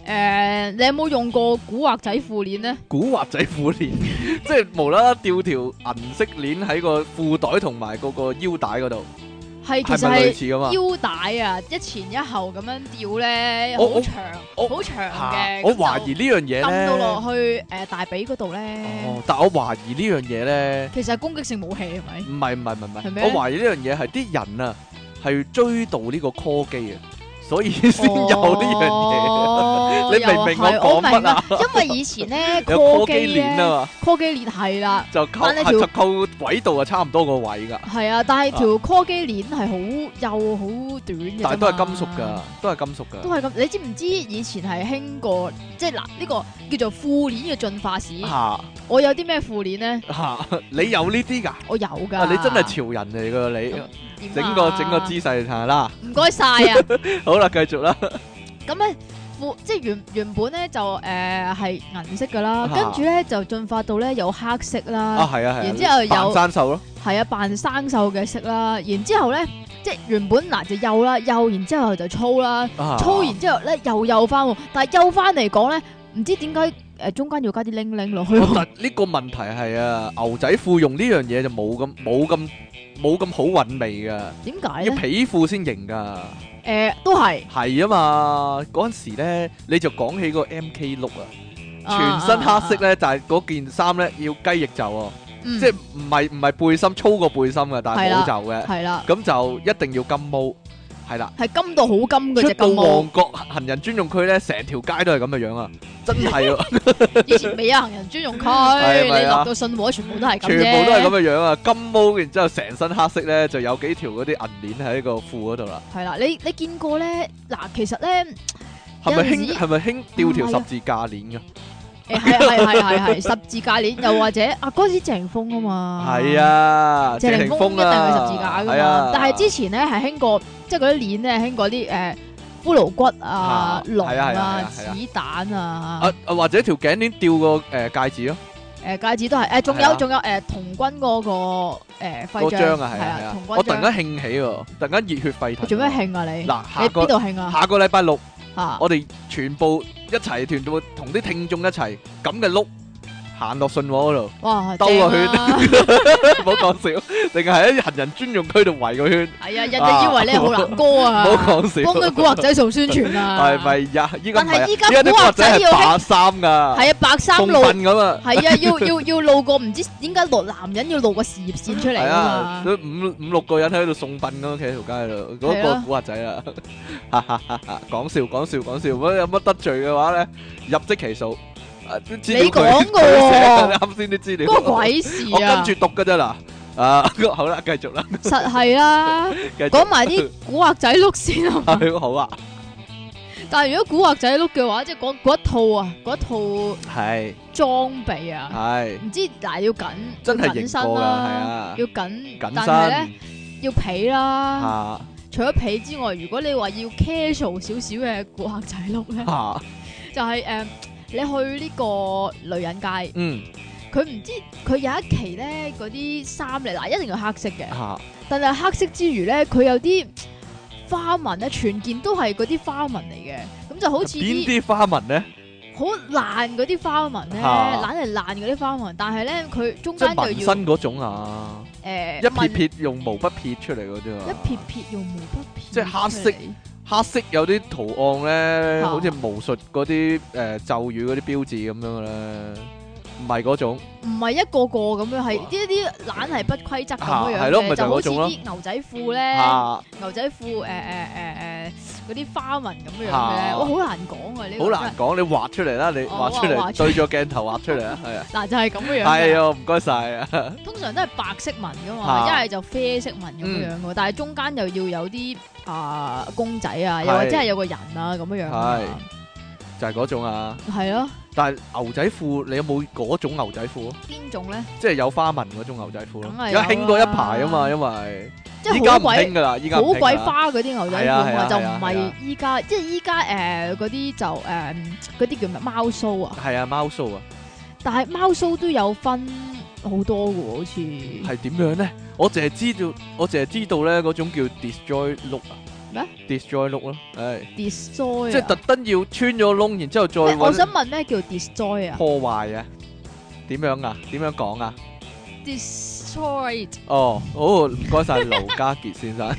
誒，呃你有冇用過古惑仔褲鏈咧？古惑仔褲鏈， 即係無啦啦吊條銀色鏈喺個褲袋同埋嗰個腰帶嗰度，係其係咪類實似噶嘛係？腰帶啊，一前一後咁樣吊咧，我我好長，我好長嚇嘅。我懷疑呢樣嘢撳到落咧，去誒大髀嗰度咧，哦，但我懷疑呢樣嘢咧，其實係攻擊性武器係咪？唔係唔係唔係唔係係，咩我懷疑呢樣嘢係啲人啊係追到呢個 call 機啊，所以先 有呢樣嘢。嘢 你明唔明我講乜啊？ 因為以前咧有 call 機機鏈咧啊嘛， ，call 機鏈係啦，就靠但係條就靠軌道啊，差唔多個位噶，係啊，但係條 call 機鏈係好幼好短嘅啫嘛，但係都係金屬噶，都係金屬都噶，係咁。你知唔知以前係興過，即係嗱呢個叫做褲鏈嘅進化史。嚇我有啲咩褲鏈咧？嚇，你有呢啲㗎？我有㗎。啊！你真係潮人嚟噶你，點整啊個整個姿勢嚟睇下啦。唔該晒 啊！好啦，繼續啦。咁咧褲即係原原本咧就誒係銀色㗎啦，啊跟住咧就進化到咧有黑色啦啊，。係啊，係啊。然之後扮有生手咯，係啊，扮生鏽嘅色啦，然之後咧，即係原本嗱就幼啦，幼然之後就粗啦，啊粗完之後咧又幼翻，但係幼翻嚟講咧，唔知點解誒中間要加啲零零落去我突呢個問題係啊，牛仔褲用呢樣嘢就冇咁冇咁冇咁好韻味噶，點解要咧？皮褲先型噶，誒、都係係啊嘛。嗰陣時咧，你就講起個 M K 碌啊，啊全身黑色，啊咧，但係嗰件衫咧要雞翼袖喎，啊嗯即係唔係唔係背心粗過背心嘅，但係係啦冇袖嘅，係啦，咁就一定要金毛，係啦。係金到好金嘅出隻到金毛，旺角行人專用區咧，成條街都係咁嘅樣啊！真係啊，以前未有行人專用 區，係咪啊你落到信和全部都係咁全啫，部都係咁嘅樣啊！金毛，然之後成身黑色咧，就有幾條嗰啲銀鏈喺個褲嗰度啦。係啦，你你見過咧？嗱，其實咧。係咪有陣時興？係咪興吊條十字架鏈㗎？誒係係係 係係十字架鏈，又或者啊嗰陣時謝霆鋒啊嘛，係，啊，謝霆鋒一定 à. 係十字架噶係啊嘛，但係之前咧係興過，即係嗰啲鏈咧興過啲誒骷髏骨啊啊、龍係啊係啊啊、子係啊彈啊啊，啊或者條頸鏈吊個誒戒指咯，誒戒指都係誒，仲係有啊仲有誒童軍嗰個誒個徽章章啊係啊係啊童！我軍突然章，間興起喎，突然間熱血沸騰你喎。做咩興啊嗱，你？你下邊個度興啊？下個禮拜六。嚇我哋全部一齊團到同啲聽眾一齊咁嘅碌行落信和嗰度，哇，兜個正啊唔好講笑，定係喺行人專用區度圍個圈，係啊，人哋以為你係好男哥 唔啊，好講幫佢笑。古惑仔做宣傳啊， 係咪呀？依家唔但係係依家啲古惑係仔要白衫噶，係啊，白衫送路。瞓咁啊，系啊，要要要露個唔知點解落男人要露個事業線出嚟係啊啊，嘛，都五五六個人喺度送瞓咁，企喺條街度，嗰係個啊古惑仔啊，哈哈哈哈講笑講笑講笑，如果有乜得罪嘅話咧，入即其數。啊啲資料你佢講㗎佢寫喎㗎啱先啲資料。嗰個鬼事 我啊跟，住讀噶啫嗱。啊， 好啦，繼續啦，實係啦，繼續。講埋啲古惑仔碌先啊。係好 啊，但係如果古惑仔碌嘅話，即係嗰嗰一套啊，嗰一套係裝備啊，係唔知嗱要緊，真係要緊型身過㗎係啦啊，要緊，緊但係咧身要皮啦，嚇，除咗被之外，如果你話要 casual 少少嘅顧客仔碌 咧，吓，就係、誒、你去呢個女人街，嗯，佢唔知佢有一期咧嗰啲衫嚟，嗱一定要黑色嘅，吓，但係黑色之餘咧，佢有啲花紋咧，全件都係嗰啲花紋嚟嘅，咁就好似啊邊啲啲花紋咧？好爛嗰啲花紋咧，啊懶係爛嗰啲花紋，但係咧佢中即係間就紋要身嗰種啊，誒一撇紋撇用毛筆撇出嚟嗰啲啊，一撇撇用毛筆撇，即係黑色黑色有啲圖案咧，嚇好似巫術嗰啲誒咒語嗰啲標誌咁樣嘅咧，唔係嗰種唔係一個個咁樣，係哇一啲懶係不規則咁樣啊係樣咯嘅咪就係就好嗰似種咯啊啲牛仔褲咧，嚇，牛仔褲誒誒誒誒嗰啲花紋咁樣樣嘅咧，啊哇好難講啊呢個好真係難講，你畫出嚟啦，你哦畫出我畫嚟出對咗鏡頭畫出嚟啊， 係啊，嗱就係咁樣樣係嘅，啊，唔該晒啊，通常都係白色紋噶嘛，啊嗯一係就啡色紋咁樣樣嘅，但係中間又要有啲啊公仔啊，又係或者係有個人啊咁樣樣啊嘛，就係嗰種啊，係咯但係牛仔褲你有冇嗰種牛仔褲啊？邊種咧？即係有花紋嗰種牛仔褲咯，梗係而有啦家興過一排啊嘛，因為即係依家好唔興鬼噶啦，依家好唔興㗎鬼啦，花嗰啲牛仔係啊褲係嘛，啊就係唔啊係係啊依家，即係依家誒嗰啲就誒嗰啲叫咩貓須啊。係啊，貓須啊，但係貓須都有分好多嘅喎，好似係點樣咧？我淨係知道，我淨係知道咧嗰種叫 destroy look 啊，咩？destroy look 咯，係 destroy 即係特係登要穿咗窿，然之後再我想揾問啊咩叫 destroy 啊破壞啊？點樣啊？點樣講啊？ ？destroyed 哦，好唔該晒劉家傑先生。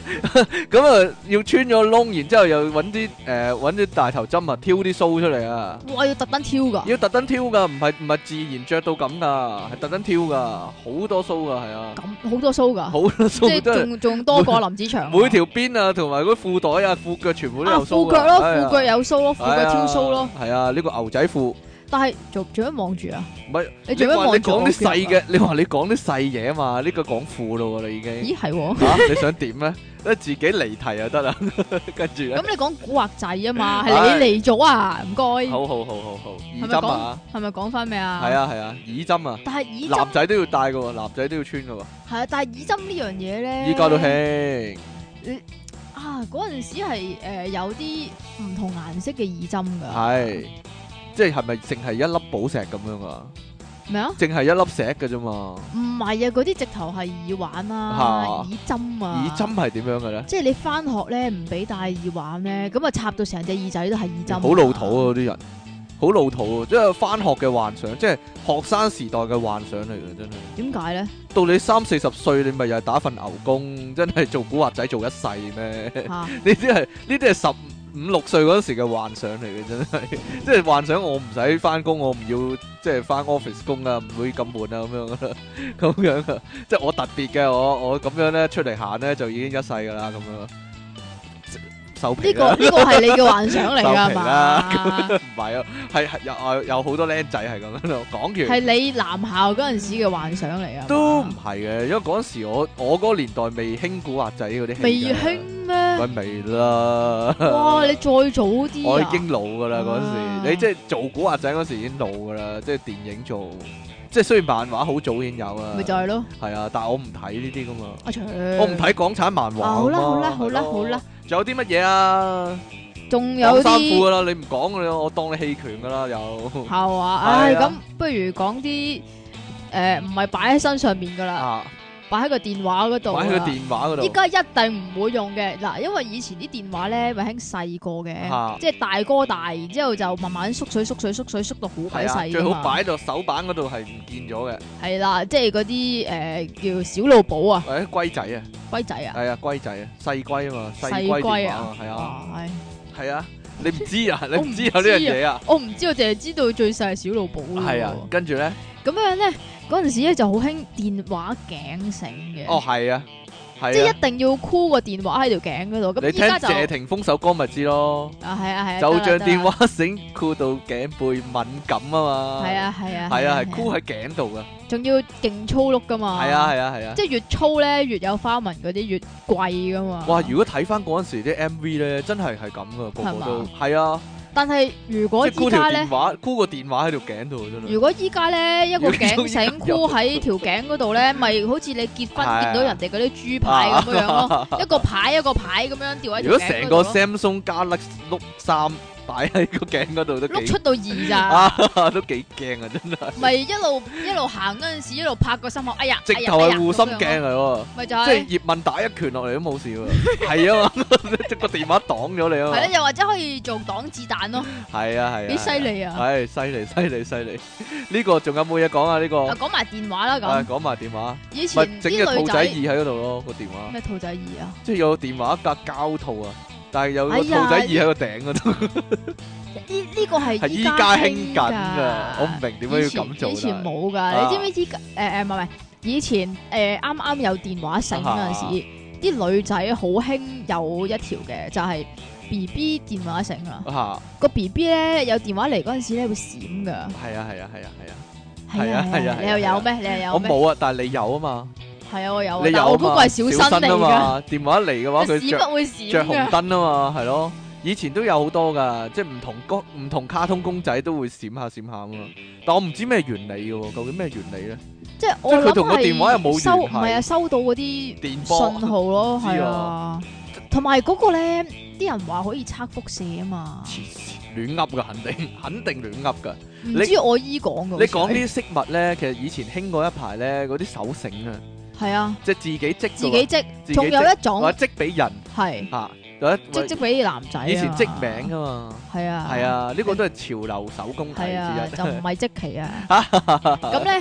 咁啊，要穿咗窿，然之後又揾啲誒揾啲大頭針啊，挑啲鬚出嚟啊！哇要特登挑㗎，要特登挑噶，唔係唔係自然着到咁噶，係特登挑噶，好多須噶，係啊，咁好多須㗎，好多即須係都係仲仲多過林子祥啊。每條邊啊，同埋嗰啲褲袋啊、褲腳全部都啊有須褲㗎腳咯，係啊褲腳有須咯，褲腳挑須咯。，係啊，呢個牛仔褲，唔但係做做乜望住啊？係你你做乜話望你住我講啲腳啊細？嘅，你話你講啲細嘢啊嘛，呢個講褲咯喎，你已經咦係喎，嚇 你想點咧？咧自己離題就得啦， 跟住咧咁，你講古惑仔啊嘛，係你嚟咗啊？唔該，好好好好好，耳咪針啊，係咪講翻咩啊？係。啊係啊，耳針啊，但係耳針男仔都要戴嘅喎，男仔都要穿嘅喎，係啊，但係耳針呢樣嘢咧，依家都興。啊！嗰陣時係、呃、有啲唔同顏色嘅耳針㗎，係，即係係咪淨係一粒寶石咁樣啊？咩啊？淨係一粒石嘅啫嘛。唔係啊，嗰啲直頭係耳環啊、嚇耳針啊、耳針，係點樣嘅咧？即係你翻學咧唔俾戴耳環咧，咁啊插到成隻耳仔都係耳針啊，嗯好老土啊！啲人，好老土啊！即係翻學嘅幻想，即係學生時代嘅幻想嚟嘅，真係。點解 咧？到你三四十歲，你咪又係打份牛工，真係做古惑仔做一世咩？呢嚇啲係啊呢啲係十五六歲嗰時嘅幻想嚟嘅，真係， 即係幻想我唔使翻工，我唔要即係翻 office 工啊，唔會咁悶啊，咁樣 啦，咁樣啊，即係我特別嘅，我我咁樣咧出嚟行咧就已經一世噶啦，咁樣手皮呢個啦，呢個係你嘅幻想嚟收皮㗎啦嘛？唔係啊，係係有有好多僆仔係咁樣咯，講完係你男校嗰陣時嘅幻想嚟㗎嘛，都唔係嘅，因為嗰時我我嗰個年代未興古惑仔嗰啲戲㗎，未興咩？喂未啦，哇！你再早啲我已啊！經老噶啦嗰啊時，你即係做古惑仔嗰時已經老噶啦，即係電影做，即係雖然漫畫好早已經有啦，咪就係咯，係啊，但係我唔睇呢啲噶嘛，阿長，我我唔睇港產漫畫㗎嘛。啊好啦好啦好啦係咯好啦，仲有啲乜嘢啊？仲有講衫褲啊啲噶啦，你唔講㗎啦，我當你棄權噶啦又。係啊，唉，係啊咁不如講啲呃誒唔係擺喺身上面噶啦，啊，擺喺個電話嗰度擺喺個啦。電話嗰依度。家一定唔會用嘅嗱，因為以前啲電話咧咪興細個嚇嘅，即係大哥大，然之後就慢慢縮水縮水縮水縮到好鬼係啊，細最㗎好嘛。擺到手板嗰度係唔見咗嘅。係啦，即係嗰啲呃誒叫小老寶啊，誒，龜仔啊，龜仔啊，係啊，龜仔啊，細龜啊嘛，細細龜電龜話啊，係啊，啊，唉係啊，你唔知啊，你我唔唔知有呢樣知啊嘢啊，我唔知，我淨係知道最細係小老寶咯係啊，跟住咧。咁樣咧，嗰陣時咧就好興電話頸繩嘅。哦，係啊，即係係啊，一定要箍個電話喺條頸嗰度。咁你依聽家就謝霆鋒首歌咪知咯，啊係啊係啊，就得啦像電。得話繩箍到頸背敏感啊嘛，啦係，啊係啊，係啊，係箍喺頸度噶，仲要勁粗碌噶嘛。係啊，係啊，係啊即，係越粗咧越有花紋嗰啲越貴噶嘛。哇！如果睇翻嗰陣時啲 MV 咧，真係係咁噶，個個係嘛都係啊，但係如果即係箍依條家咧電。話，箍個電話喺條頸度真係。如果依家咧一個如果頸依家繩箍喺條頸嗰度咧，咪好似你結婚係啊見到人哋嗰啲豬牌 咁樣樣咯，一個牌一個牌咁樣吊如喺果條頸嗰成度個咯 Samsung Galaxy 碌三擺 喺個頸嗰度都碌幾出到二咋，啊，都幾驚啊！真係，咪一路一路行嗰陣時，一路拍個心口，哎呀，直頭係護心哎呀鏡嚟喎，咁樣咯咪就即係係葉問打一拳落嚟都冇事喎。係 啊嘛，即係個電話擋咗你啊係啦，嘛。又或者可以做擋子彈咯，係啊係啊，幾犀利啊！係犀利犀利犀利。呢個仲有冇嘢講啊？呢個啊，講埋電話啦啊咁，講埋電話，以咪前整隻啲兔女仔耳仔喺嗰度咯，個電話咩兔仔二啊，即係有個電話架膠套啊，但係有個哎兔呀仔耳喺個頂嗰度，呢呢個係係依家興緊㗎㗎。我唔明點解要以前咁做。以前但係冇噶，啊你知唔知依家？誒誒，唔係唔係，以前誒啱啱有電話繩嗰陣時，啊啲女仔好興有一條嘅，就係 B B 電話繩啊。啊，個 B B 咧有電話嚟嗰陣時咧會閃噶，係啊係啊係啊係啊。係係啊係啊你又有咩？你又有我咩？冇啊，但係你有啊嘛，係啊，我有啊，你但有我啊嗰個嘛，係小新啊嚟噶，嘛，電話嚟嘅話佢佢閃着不會閃着紅噶，燈啊嘛，係咯，以前都有好多噶，即係唔同公唔同卡通公仔都會閃下閃下啊嘛，但我唔知咩原理嘅喎，究竟咩原理咧？即係我即係諗佢同個電話又冇係收唔聯繫係啊，收到嗰啲電波信號咯，唔知係啊啊，同埋嗰個咧，啲人話可以測輻射啊嘛。黐線亂噏噶，肯定肯定亂噏噶。唔你知我姨講嘅。你講啲飾物咧，其實以前興過一排咧，嗰啲手繩啊，係啊，即係自己織自嘅己喎，自織，己仲有織一種或者織俾人係嚇，或者織織俾男仔啊嘛。以前織名啊嘛，係啊，係，啊，呢個都係潮流手工藝係啊，之就一唔。係織旗 啊。咁咧，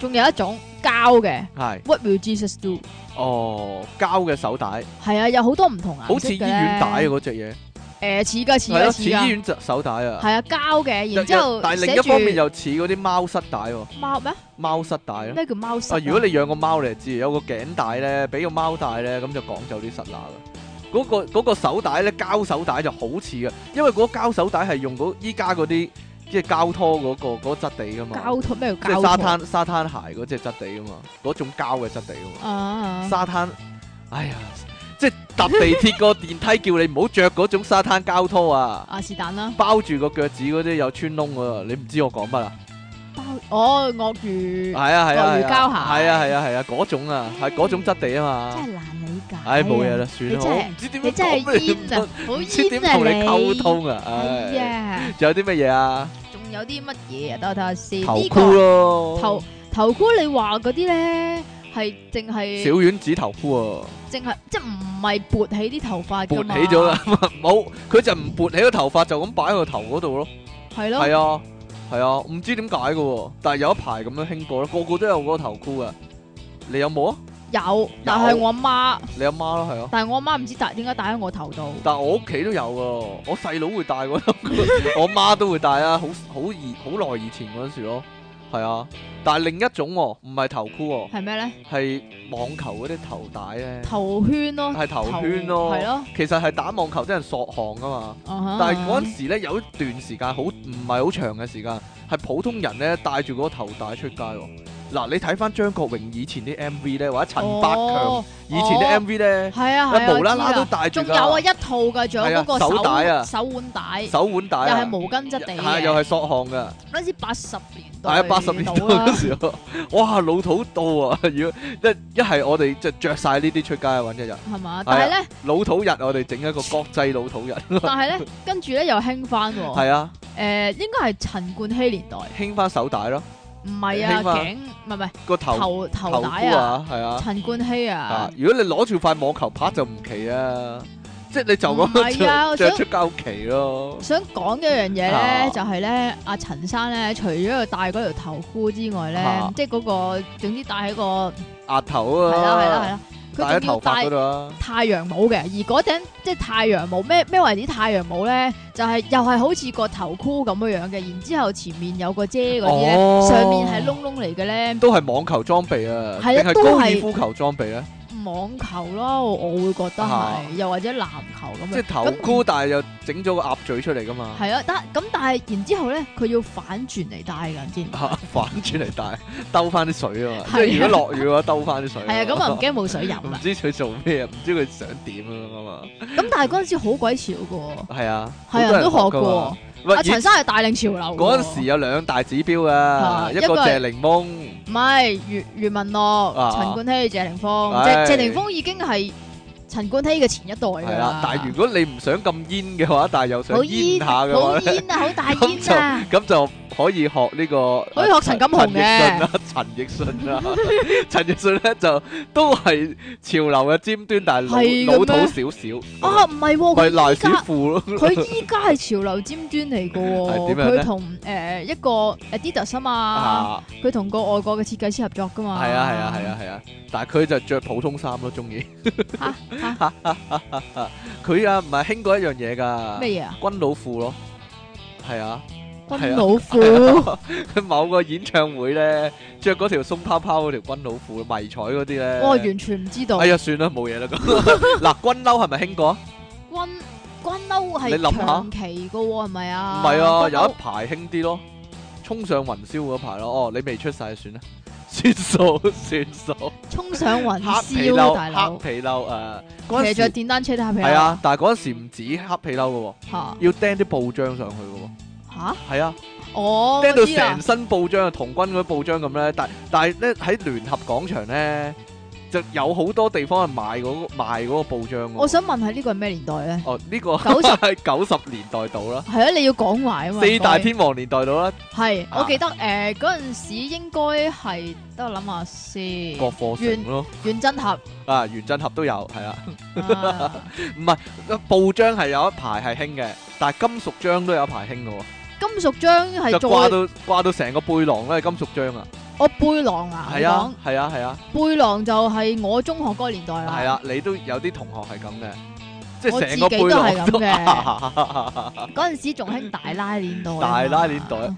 仲有一種膠嘅係，What will Jesus do？哦，膠嘅手帶，係啊，有好多唔同顏色好似醫院帶啊嘅嗰只嘢，咧。誒，似㗎，似係咯，㗎，似似醫㗎。院手帶啊。係啊，膠嘅，然之後又但係另寫一方面住又似嗰啲貓虱帶喎，貓咩？貓虱帶咯。咩叫貓虱啊，如果你養個貓你就知，有個頸帶咧，俾個貓帶咧，咁就講走啲虱乸啦。嗰、個嗰個手帶咧，膠手帶就好似嘅，因為嗰個膠手帶係用嗰依家嗰啲即係膠拖嗰、個嗰質地噶嘛，膠拖咩叫即係膠沙拖灘沙灘鞋嗰只質地噶嘛，嗰種膠嘅質地噶嘛。啊啊？沙灘，哎呀，即係搭地鐵個電梯叫你唔好着嗰種沙灘膠拖啊，啊是但啦，包住個腳趾嗰啲有穿窿啊，你唔知我講乜啊？包哦鱷魚係啊係啊，係啊鱷魚膠鞋係啊係啊係啊，嗰種啊，係嗰種質地啊真嘛，係難理解。唉冇嘢啦，算啦，我你真係唔知點你樣真係講俾你 煙啊，好唔知點煙啊同你你！溝通啊，哎唉，呀，仲有啲乜嘢啊？仲有啲乜嘢啊？等我睇下先。頭呢箍個咯，頭頭箍，你話嗰啲咧係淨係小丸子頭箍啊，淨係即係唔係撥起啲頭髮㗎撥嘛起咗啦，， 冇，佢就唔撥起個頭髮，就咁擺喺個頭嗰度咯。係咯，係啊，係啊，唔知點解嘅喎，但係有一排咁樣興過啦，個個都有嗰個頭箍啊。你有冇啊？有，但係有我媽，你阿媽啦，係啊。但係我媽唔知戴點解戴喺我頭度，但係我屋企都有啊，我細佬會戴嗰個頭箍， 我媽都會戴啊，好好以好耐以前嗰陣時咯，係啊。但係另一種喎、唔係頭箍喎、係咩咧？係網球嗰啲頭帶咧，頭圈咯，係頭圈咯係咯，其實係打網球真人索項啊嘛。但但係嗰陣時咧，有一段時間好唔係好長嘅時間，係普通人咧戴住嗰個頭帶出街喎。嗱，你睇翻張國榮以前啲 MV 咧，或者陳百強以前啲 MV 咧，係啊哦係啊，佢無啦啦都我知戴住仲有啊㗎一套㗎，仲有嗰係啊個手帶啊手腕帶，手腕帶又係啊，毛巾質地係啊又嘅，係索項㗎，嗰陣時八十年代係啊八十年代到啦嗰時候， 哇老土到啊！如果一一係我哋就着晒呢啲出街揾一日，係係啊嘛？但係咧，老土日我哋整一個國際老土日，但係咧，跟住咧又興翻喎。係啊，誒，應該係陳冠希年代，興翻手帶咯，唔係啊興翻頸，唔係唔係個頭頭頭頭箍帶啊，啊，係啊。陳冠希啊啊！，如果你攞住塊網球拍就唔奇啊，即係你就唔係啊咁 我着想出交旗咯。想講一樣嘢啊咧，就係咧，阿陳生咧，除咗佢戴嗰條頭箍之外啊咧，即係嗰個總之戴喺個額頭係啊，啦係啦係啦，戴佢喺仲要頭髮戴嗰。度啊，太陽帽嘅，而嗰頂即係太陽帽咩咩為止太陽帽咧，就係、又係好似個頭箍咁樣樣嘅，然之後前面有個遮嗰啲咧，哦上面係窿窿嚟嘅咧，都係網球裝備啊，係啦定係都高係爾夫球裝備咧？唔網球咯，我我會覺得啊係，又或者籃球咁即樣係。頭箍，但係又整咗個鴨嘴出嚟噶嘛，係啊，但咁但係然之後咧，佢要反轉嚟戴㗎 先。 嚇反轉嚟戴，兜翻啲水啊嘛，係啊即係如果落雨嘅話，兜翻啲水。係啊，咁啊唔驚冇水飲 唔啦。知佢做咩，唔知佢想點啊嘛，咁但係嗰陣時好鬼潮嘅喎，係啊，好係啊多人都學㗎過嘛。。喂阿以陳生係帶領潮流喎。嗰陣時有兩大指標啊，啊一一個個係謝檸檬，唔係余余文樂、啊陳冠希、謝霆鋒，唉謝謝霆鋒已經係陳冠希嘅前一代㗎係啦啦。。但係如果你唔想咁煙嘅話，但係又好想煙煙下嘅話好咧，煙啊，好 大咁煙啊！就咁就可以學呢個，啊可以學陳錦鴻嘅 陳奕迅啦， 陳奕迅啦，陳奕迅咧就都係潮流嘅尖端，但係係老嘅老土咩少少，啊，唔係咪喎，佢賴依屎家褲咯，佢依家係潮流尖端嚟嘅係喎，點樣咧佢同誒一個 Adidas 啊嘛，啊，佢同個外國嘅設計師合作噶嘛，係啊係啊係啊係啊，但係佢就着普通衫咯，中意 啊，佢啊唔係興過一樣嘢㗎，咩嘢啊？軍佬褲咯，係啊。軍佬褲佢 某個演唱會咧，着嗰條鬆泡泡嗰條軍佬褲迷彩嗰啲咧，哇，完全唔知道哎。呀，算啦，冇嘢啦 咁。嗱，軍褸係咪興過啊？軍軍褸你諗係下長期嘅喎，係咪唔啊？係啊，軍褸有一排興啲咯，衝上雲霄嗰排咯。哦，你未出世算啦， 算數算數。衝上雲黑皮霄，大褸，佬黑，皮褸誒，嗰騎陣着時電單車都係皮係啊，但係嗰陣時唔止黑皮褸嘅喎，嚇要釘啲報章上去嘅喎。嚇，係啊，哦，釘我到知啦成身報章啊，童軍嗰啲報章咁咧。但但係咧喺聯合廣場咧，就有好多地方係賣嗰個賣嗰個報章嘅喎。我想問下呢個係咩年代咧？哦，呢個90係 九十年代到啦，係啊，你要講埋啊嘛。四大唔該天王年代到啦，係，啊我記得誒嗰陣時應該係，等我諗下郭先。富城咯，袁振合啊，袁振合都有，係啦，啊唔係報章係有一排係興嘅，但係金屬章都有一排興嘅金屬章係喎，就掛再到掛到成個背囊咧金屬章啊，我背囊啊，係啊，係啊，係啊，你講背囊就係我中學嗰個年代啦，係啊，你都有啲同學係咁嘅，即係我成個自背己都係囊都 咁嘅。嗰陣時仲興大拉鏈袋啊嘛，大拉鏈袋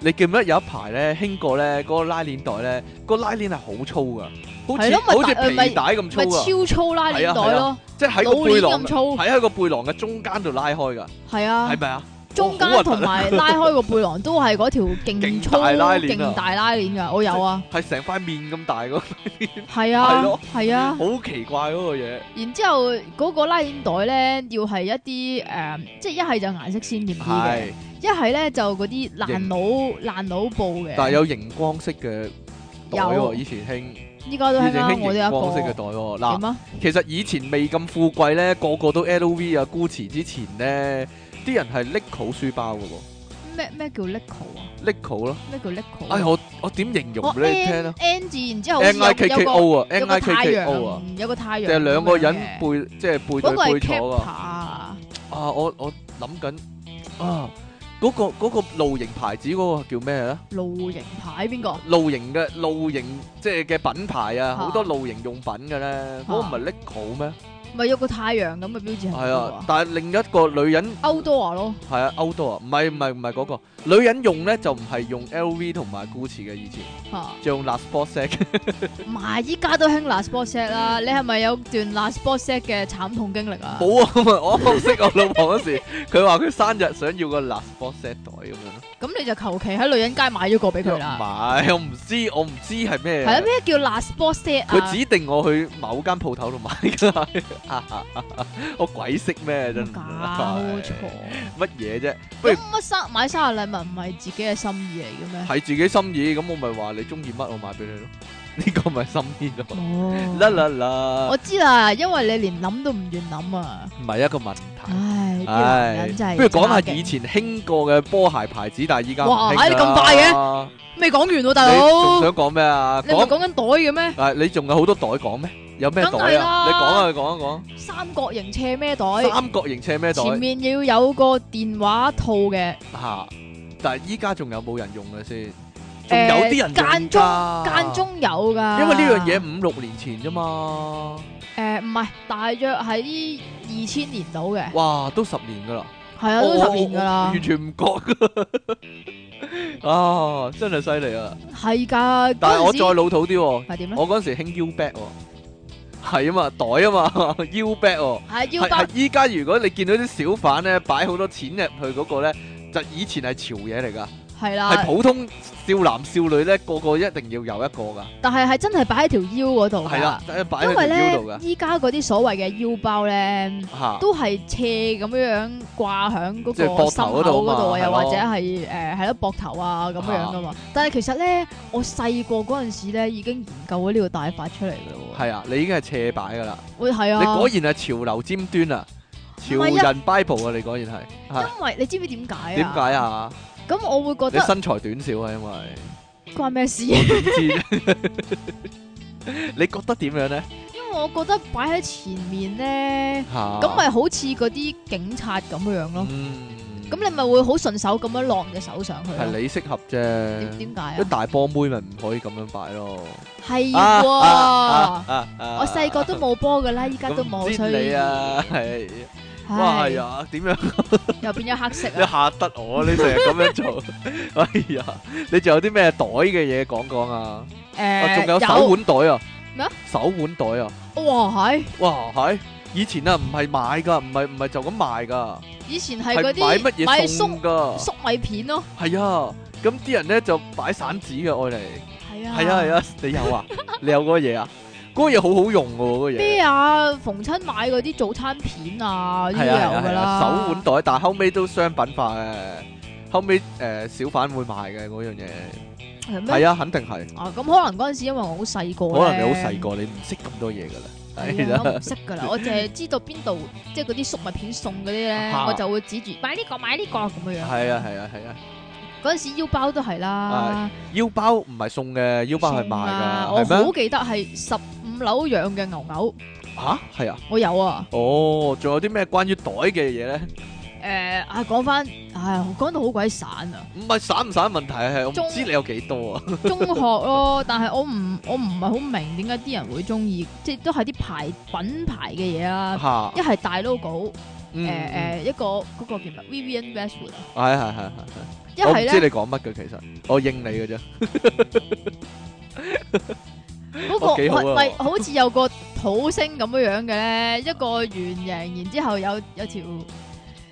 你記唔記得有一排咧興過咧嗰個拉鏈袋咧，個拉鏈係好粗噶，好係似咯咪好似大誒咪皮帶咁咪粗啊，超粗拉鏈係啊袋係咯，即係喺老個背鏈囊咁。粗，喺喺個背囊嘅中間度拉開㗎，係啊係，咪啊？中好核間突啊同埋拉開個背囊都係嗰條勁勁粗大拉鏈啊勁大拉鏈㗎，我有啊，係成塊面咁大嗰，係係啊咯，係 啊。好奇怪嗰個嘢。然之後嗰個拉鏈袋咧，要係一啲誒、呃即係一係就顏色鮮豔啲嘅，係，一係咧就嗰啲爛型佬爛佬布嘅。但係有熒光色嘅袋喎，有以前興，以依家都前係啦，興我都有熒一光色嘅個。袋喎。點嗱，啊？其實以前未咁富貴咧，個個都 LV 啊、GUCCI 之前咧，啲人係 Lico 書包嘅喎咩咩叫 lico 啊？ ，Lico 咯。咩叫 lico？哎，我我點形容我俾你聽 N 啊 N 字，然之後好似？N I K 有 K 有個 O 啊有，N 個 I K 太 K O 啊，陽，有個太陽。就係兩個人背，背即係背嗰個對係背坐 cap 啊。啊，啊，我我諗緊啊，嗰、個嗰、個露營牌子嗰個叫咩咧？露營牌邊個？露營嘅露營即係嘅品牌啊，好多露營用品嘅咧，嗰、個唔係 Lico 咩？咪有個太陽咁嘅標誌係係啊，啊但係另一個女人 Outdoor 咯，係啊 outdoor 啊，唔係唔係唔係嗰個女人用咧就唔係用 LV 同埋 GUCCI 嘅，以前嚇。就用 Last Boss Set 唔係，依家都興 last boss set 啦。你係咪有段 last boss set 嘅慘痛經歷啊？冇啊，我啱啱識我老婆嗰時，佢話佢生日想要個 Last Boss Set 袋咁樣咁你就求其喺女人街買咗個俾佢咯，啦。唔係我唔知我唔知係咩係啊啦，。咩叫 last boss set 佢啊？指定我去某間鋪頭度買㗎， 我鬼識咩真係搞錯！乜嘢啫？不如咁乜生買生日禮物唔係自己嘅心意嚟嘅咩？係自己心意，咁我咪話你中意乜，我買俾你咯。呢個咪心意咯。啦哦，啦啦我，知啦，因為你連諗都唔願諗啊！唔係一個問題。唉，啲男唉人真係，不如講下差勁以前興過嘅波鞋牌子，但係依家唔哇興唉你咁快嘅，未講完喎，大你仲佬，想講咩啊？你唔係講講緊袋嘅咩？誒，你仲有好多袋講咩？有咩梗袋係啊？啦你講啊，你講一講。三角形斜咩袋？三角形斜咩袋？前面要有個電話套嘅。吓，啊但係依家仲有冇人用嘅先？仲誒有啲人用㗎間中間，中有噶，因為呢樣嘢五六年前啫嘛，誒唔係，大約喺二千年到嘅，哇，都十年噶啦，係啊，都我十年噶我我啦完，全唔覺 㗎啊，真係犀利啊！係㗎。但係我嗰陣時再老土啲喎，係點咧？我嗰陣時興 U back 喎，係啊嘛，袋啊嘛， 腰 bag 喎。係腰係包係依家如果你見到啲小販咧擺好多錢入去嗰個咧，就以前係潮嘢嚟㗎，係係啦，普通少男少女咧個個一定要有一個㗎，但係係真係擺喺條腰嗰度係啦㗎，，擺因喺為條腰度咧㗎依家嗰啲所謂嘅腰包咧。嚇。都係斜咁樣樣掛響嗰啊即係個膊心頭口嗰度嗰嘛度啊，又或係咯者係誒係咯膊頭啊咁樣噶嘛。但係其實咧，我細個嗰陣時咧已經研究咗呢個戴法出嚟噶咯喎。係啊，你已經係斜擺㗎啦，會係你果啊，然係潮流尖端啊，潮唔係啊人 Bible 啊，你果然係嚇。因為你知唔知點解啊？點解？啊？咁我會覺你得身材短小啊，因為。關咩事？我點知？ 你覺得點樣咧？因為我覺得擺喺前面咧，嚇咁咪好似嗰啲警察咁樣咯。啊嗯，咁你咪會好順手咁樣落隻手上去咯。係你適合點啫。點解啊啲？大波妹咪唔可以咁樣擺咯。係啊喎，我我細個都冇波噶啦，依家都冇，所以你啊，係哇唉係啊，點樣又變咗黑色你啊！嚇得我？你成日咁樣做， 哎呀！你仲有啲咩袋嘅嘢講講啊？啊，誒，仲有手腕袋啊？咩啊？手腕袋啊？哇係，哇係！以前啊，唔係買噶，唔係唔係就咁賣噶，以前係嗰係買乜啲買嘢粟送噶。粟米片咯，係啊，咁啲人咧就擺散紙嘅愛嚟，係啊，係啊係啊，你 有啊？你有嗰個嘢啊？嗰個嘢好好用嘅喎，嗰個嘢咩啊？逢親買嗰啲早餐片啊，呢啲係啊係有啊噶係啦，啊，手腕袋，但係後尾都商品化嘅，後尾誒小販會賣嘅嗰樣嘢，係咩？係啊，肯定係，啊，咁可能嗰陣時因為我好細個咧，可能你好細個，你唔識咁多嘢㗎啦，係係啊，我啦唔，識噶啦，我淨係知道邊度即係嗰啲粟米片送嗰啲咧，嚇我就會指住買呢個買呢個咁樣樣。係啊係啊係啊，嗰陣時腰包都係啦，腰包唔係送嘅，腰包係送啊賣我㗎，係好咩？記得係十五樓養嘅牛牛，吓？係啊，我有啊。哦，仲有啲咩關於袋嘅嘢咧？诶、啊，講翻，唉，講到好鬼散啊！ 唔係散唔散問題係我唔中知你有幾多啊，中學咯，但係我唔，我唔係好明點解啲人會中意，即系都係啲牌品牌嘅嘢啦。嚇一，係大 logo，啊嗯诶诶、誒一個嗰、個叫咩 Vivian Westwood 啊，係係係係係，一我唔係知咧你講乜嘅其實，我應你嘅啫。嗰我幾好啊個咪我好似有個土星咁樣樣嘅咧，一個圓形，然之後有有條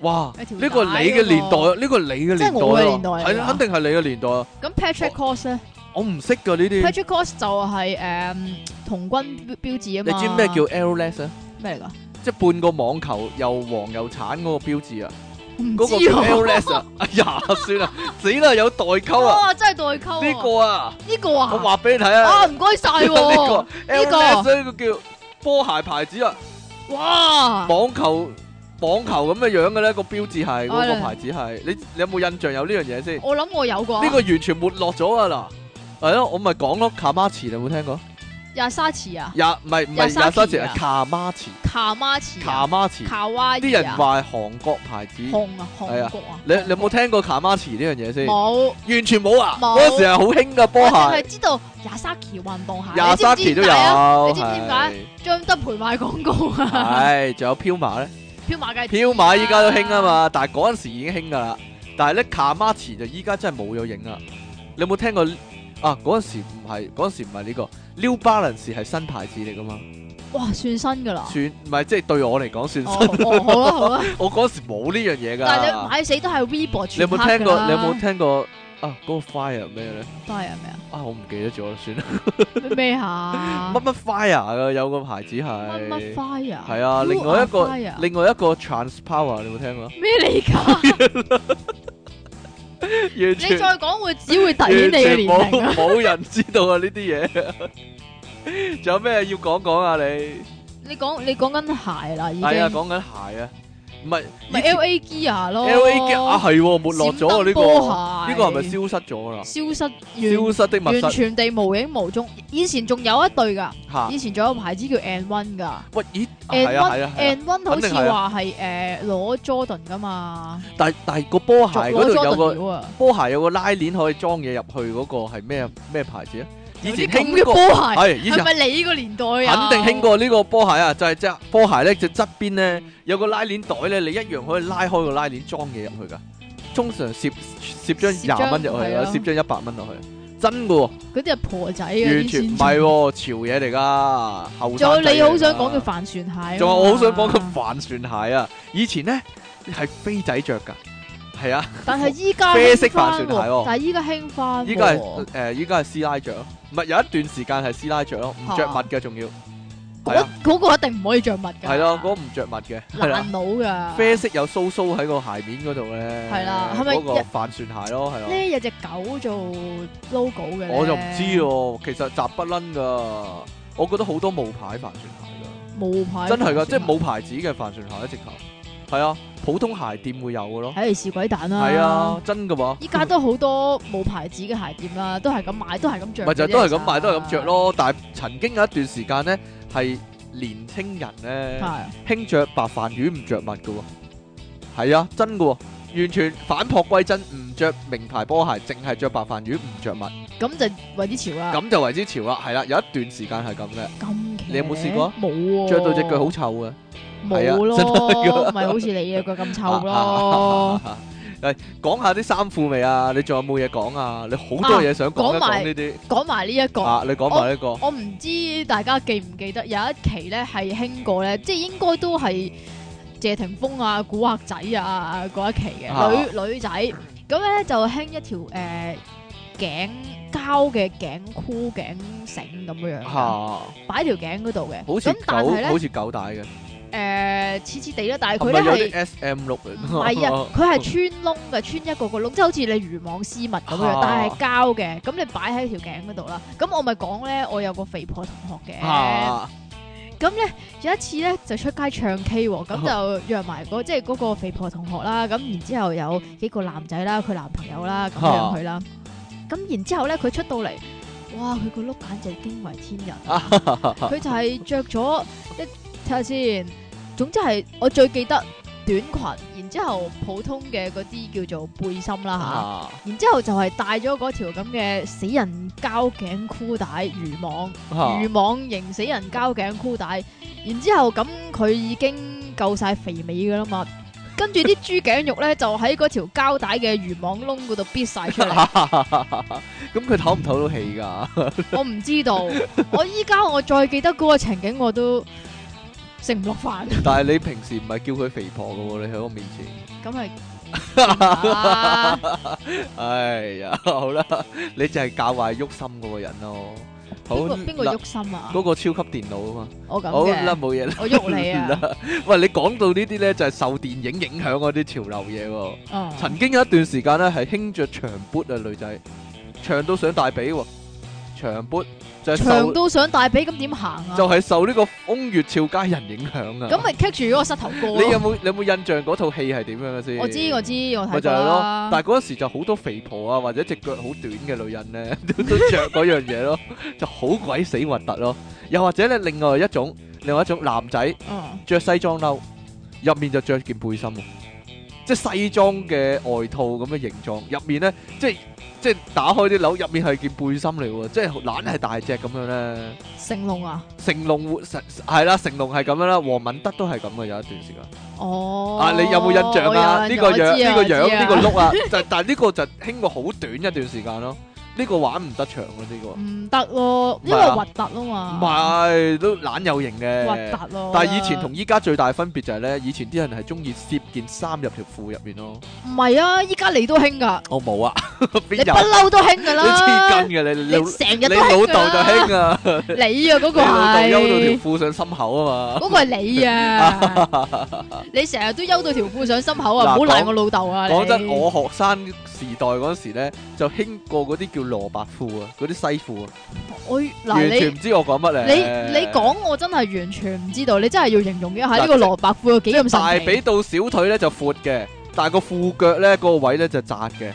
哇！有條呢個帶你嘅嗰個年代啊，呢個你嘅年代即係我嘅年代啊嚟㗎係啦，肯定係你嘅年代啊！咁 Patrick Cross 咧我唔識㗎呢啲， ，Patrick Cross 就係诶童軍標標誌啊你嘛。知咩叫 L less 啊？咩嚟㗎？即係半個網球又黃又橙嗰個標誌啊！我唔嗰個知叫啊 L less 啊！ 哎呀，算啦，死啦，有代溝啊！ 哇！哦真係代溝啊呢個啊，呢個啊，我話俾你睇啊！啊，唔該晒呢個喎， L 呢個 less 呢個叫波鞋牌子啊！哇，網球網球咁嘅樣嘅咧，個標誌係嗰個哎牌子係你，你有冇印象有呢樣嘢先？我諗我有啩，呢個完全沒落咗啊！嗱，係咯，我咪講咯，卡馬池你有冇聽過？廿沙池啊，廿唔係唔係 Yasaki 啊廿三池，係卡馬池，卡馬池卡啊，馬池。卡哇伊啊啲人話係韓國牌子，你韓啊，係啊韓國啊，你有冇聽過卡馬池呢樣嘢先？冇？完全冇啊！冇嗰陣時係好興噶波我淨係鞋，知道廿沙池運動鞋，廿三你知期唔知都點有。解啊？你你知唔知點解？張德培賣廣告 啊，係，仲有飄馬咧，飄馬計，飄馬依家都興啊，嘛，但係嗰陣時已經興噶啦。但係咧卡馬池就依家真係冇咗影啦。你有冇聽過啊？嗰陣時唔係，嗰陣時唔係呢個 New Balance 係新牌子嚟噶嘛？哇，算新噶啦，算唔係即係對我嚟講算啊哦新。哦，好 啦好啦，我嗰時冇呢樣嘢㗎。但係你買死都係 Weibo 你有全黑冇㗎聽過？啦你有冇聽過啊？嗰、個 fire 咩咧？都係啊 咩啊啊，我唔記得咗啦，算啦。咩咩下乜乜 fire 噶，有個牌子啊乜乜係。 fire 係啊， You 另外一 are 個 fire 另外一個 transpower，你有冇聽過？咩嚟㗎？完你全再講會只會突完顯你嘅全年齡啊冇！冇人知道啊呢啲嘢。 仲有咩要講講啊？你你講你講緊鞋啦，已經係啊，講緊鞋啊，唔係咪以前 L A 哦 Gear 咯 L A 嘅啊，係喎沒落咗啊呢個，呢呢個係咪消失咗啦？咪消消失消完失的密完室全地無影無蹤？以前仲有一對㗎，嚇。以前仲有個牌子叫 N One 㗎喂，咦？ ，N 係啊係啊 One 係啊！ N One 好肯似定係話係誒攞 Jordan 㗎嘛，但但係個波鞋作嗰攞度有個 Jordan 料啊，波鞋有個拉鏈可以裝嘢入去嗰個係咩咩牌子啊？以前興有啲咁嘅呢個波鞋係以前係咪你呢個年代啊？肯定興過呢個波鞋啊！就係隻波鞋咧，隻側邊咧有個拉鏈袋咧，你一樣可以拉開個拉鏈裝嘢入去㗎。通常攝攝張攝張廿蚊入去係啊，啊攝張一百蚊落去，側真嘅嗰啲係婆仔啊喎，嘅，完全唔係啲先喎，潮嘢嚟噶，後生仲有仔你好想嚟㗎講嘅帆船蟹啊嘛，仲有我好想講個帆船鞋啊！以前咧係飛仔着噶，係啊，但係依家啡色興返帆船鞋喎喎但係依家興翻，依家係誒依家係師奶着咯，唔係有一段時間係師奶着咯，唔着襪嘅仲要係嗰啊嗰個一啊定唔可以着襪㗎，係咯，嗰個唔着襪嘅係啦，爛佬㗎，啡色有鬚鬚喺個鞋面嗰度咧，係啦係咪嗰個一帆船鞋咯，係咯，咧有隻狗做 logo 嘅咧，我就唔知喎，其實雜不撚噶，我覺得好多冇牌帆船鞋㗎。冇牌，真係噶，即係冇牌子嘅帆船鞋一直頭，係啊，普通鞋店會有嘅咯，睇嚟是鬼蛋啦，係啊，，真嘅喎，依家都好多冇牌子嘅鞋店啦，都係咁買，都係咁着，咪就係都係咁賣，都係咁着，咯。但係曾經有一段時間咧，係年青人咧係興着白飯魚唔着襪嘅喎，係啊，真嘅喎，完全反璞歸真，唔着名牌波鞋，淨係着白飯魚唔着襪，咁就為啲潮啦，咁就為之潮啦，係啦，有一段時間係咁嘅，咁騎你有冇試過？冇喎，着到只腳好臭嘅。係啊冇咯，真係㗎唔係好似你嘅腳咁臭 咯。咯。講下啲衫褲未啊？你仲有冇嘢講啊？你好多嘢想講一啊講講埋呢啲講埋呢一個，啊！你講埋呢個我唔知大家記唔記得有一期咧係興過咧，即係應該都係謝霆鋒啊、古惑仔啊嗰一期啊嘅女女仔，咁咧就興一條誒頸膠嘅頸箍頸繩咁樣嚇，樣，好擺條頸嗰度嘅。似咁但狗係啊好似狗帶嘅，咧誒似似地啦，但係係佢咪咧有係啲哦 S M 六嚟？唔 係啊，佢係穿窿嘅，穿一個個窿，即係好似你漁網絲襪咁樣，啊但係膠嘅，咁你擺喺條頸嗰度啦。咁我咪講咧，我有個肥婆同學嘅，嚇咁咧、有一次咧就出街唱 K 喎，咁就約埋嗰即係嗰個肥婆同學啦，咁然之後有幾個男仔啦，佢男朋友啦，咁啊樣佢啦，咁然之後咧佢出到嚟，哇！佢個碌簡直驚為天人。佢就係着咗一睇下先，總之係我最記得短裙，然之後普通嘅嗰啲叫做背心啊啦吓，嚇然之後就係戴咗嗰條咁嘅死人膠頸箍帶漁網，哦啊漁網型死人膠頸箍帶，然之後咁佢已經夠晒肥美噶啦嘛。跟住啲豬頸肉咧，就喺嗰條膠帶嘅漁網窿嗰度逼晒出 嚟。咁佢唞唔唞到氣㗎？ 我唔知道，我依家我再記得嗰個情景，我都食唔落飯。但係你平時唔係叫佢肥婆嘅喎，你喺我面前。 咁係勁啊哎呀，好啦，你就係教壞喐心嗰個人咯。好邊個邊個嗱喐心啊？嗰個超級電腦啊嘛。我咁好啦，嘅，冇嘢啦。我喐你 啊！喂，你講到呢啲咧，就係受電影影響嗰啲潮流嘢喎。 嗯曾經有一段時間咧，係興着長 boot 啊，女仔長到上大髀喎，長 boot 就係長受到上大髀咁點行啊？就係受呢個風月俏佳人影響啊。咁咪棘住嗰個膝頭哥你有咯。冇你有冇印象嗰套戲係點樣嘅先？我知我知，我咪就睇過係咯啦，。但係嗰時就好多肥婆啊，或者只腳好短嘅女人咧，都都著嗰樣嘢咯，就好鬼死核突咯。又或者咧，另外一種，另外一種男仔。嗯着西裝褸，入面就着件背心喎，即係西裝嘅外套咁嘅形狀，入面咧即係即係打開啲褸，入面係件背心嚟喎，即係懶係大隻咁樣 咧。成龍啊，成龍會成係啦，成龍係咁樣啦，黃敏德都係咁嘅有一段時間。哦，啊，你有冇印象啊？我呢有印象個樣呢個我知樣啊呢個碌啊， 就但係呢個就興過好短一段時間咯，呢個玩唔得長咯，呢個唔得咯，因唔係為啊核突唔啊嘛，係都懶有型嘅。核突咯。但係以前同依家最大分別就係咧，以前啲人係中意攝件衫入條褲入面咯。唔係啊，依家你都興噶，我冇啊，你 邊不有？嬲都興噶你啦黐，筋嘅你你你老成日你都老興豆㗎就啦興啊，你啊嗰你個老豆係休到條褲上心口啊嘛。嗰個係 你啊！你成日都悠到條褲上心口啊！嗱唔好賴講我老豆啊！講真，你我學生時代嗰時咧，就興過嗰啲叫蘿蔔褲啊，嗰啲西褲啊，我嗱完你全唔知我講乜你咧。你講我真係完全唔知道，你真係要形容一下嗱呢個蘿蔔褲有幾大咁神髀奇。到小腿咧就闊嘅，但係個褲腳咧個位咧就窄嘅。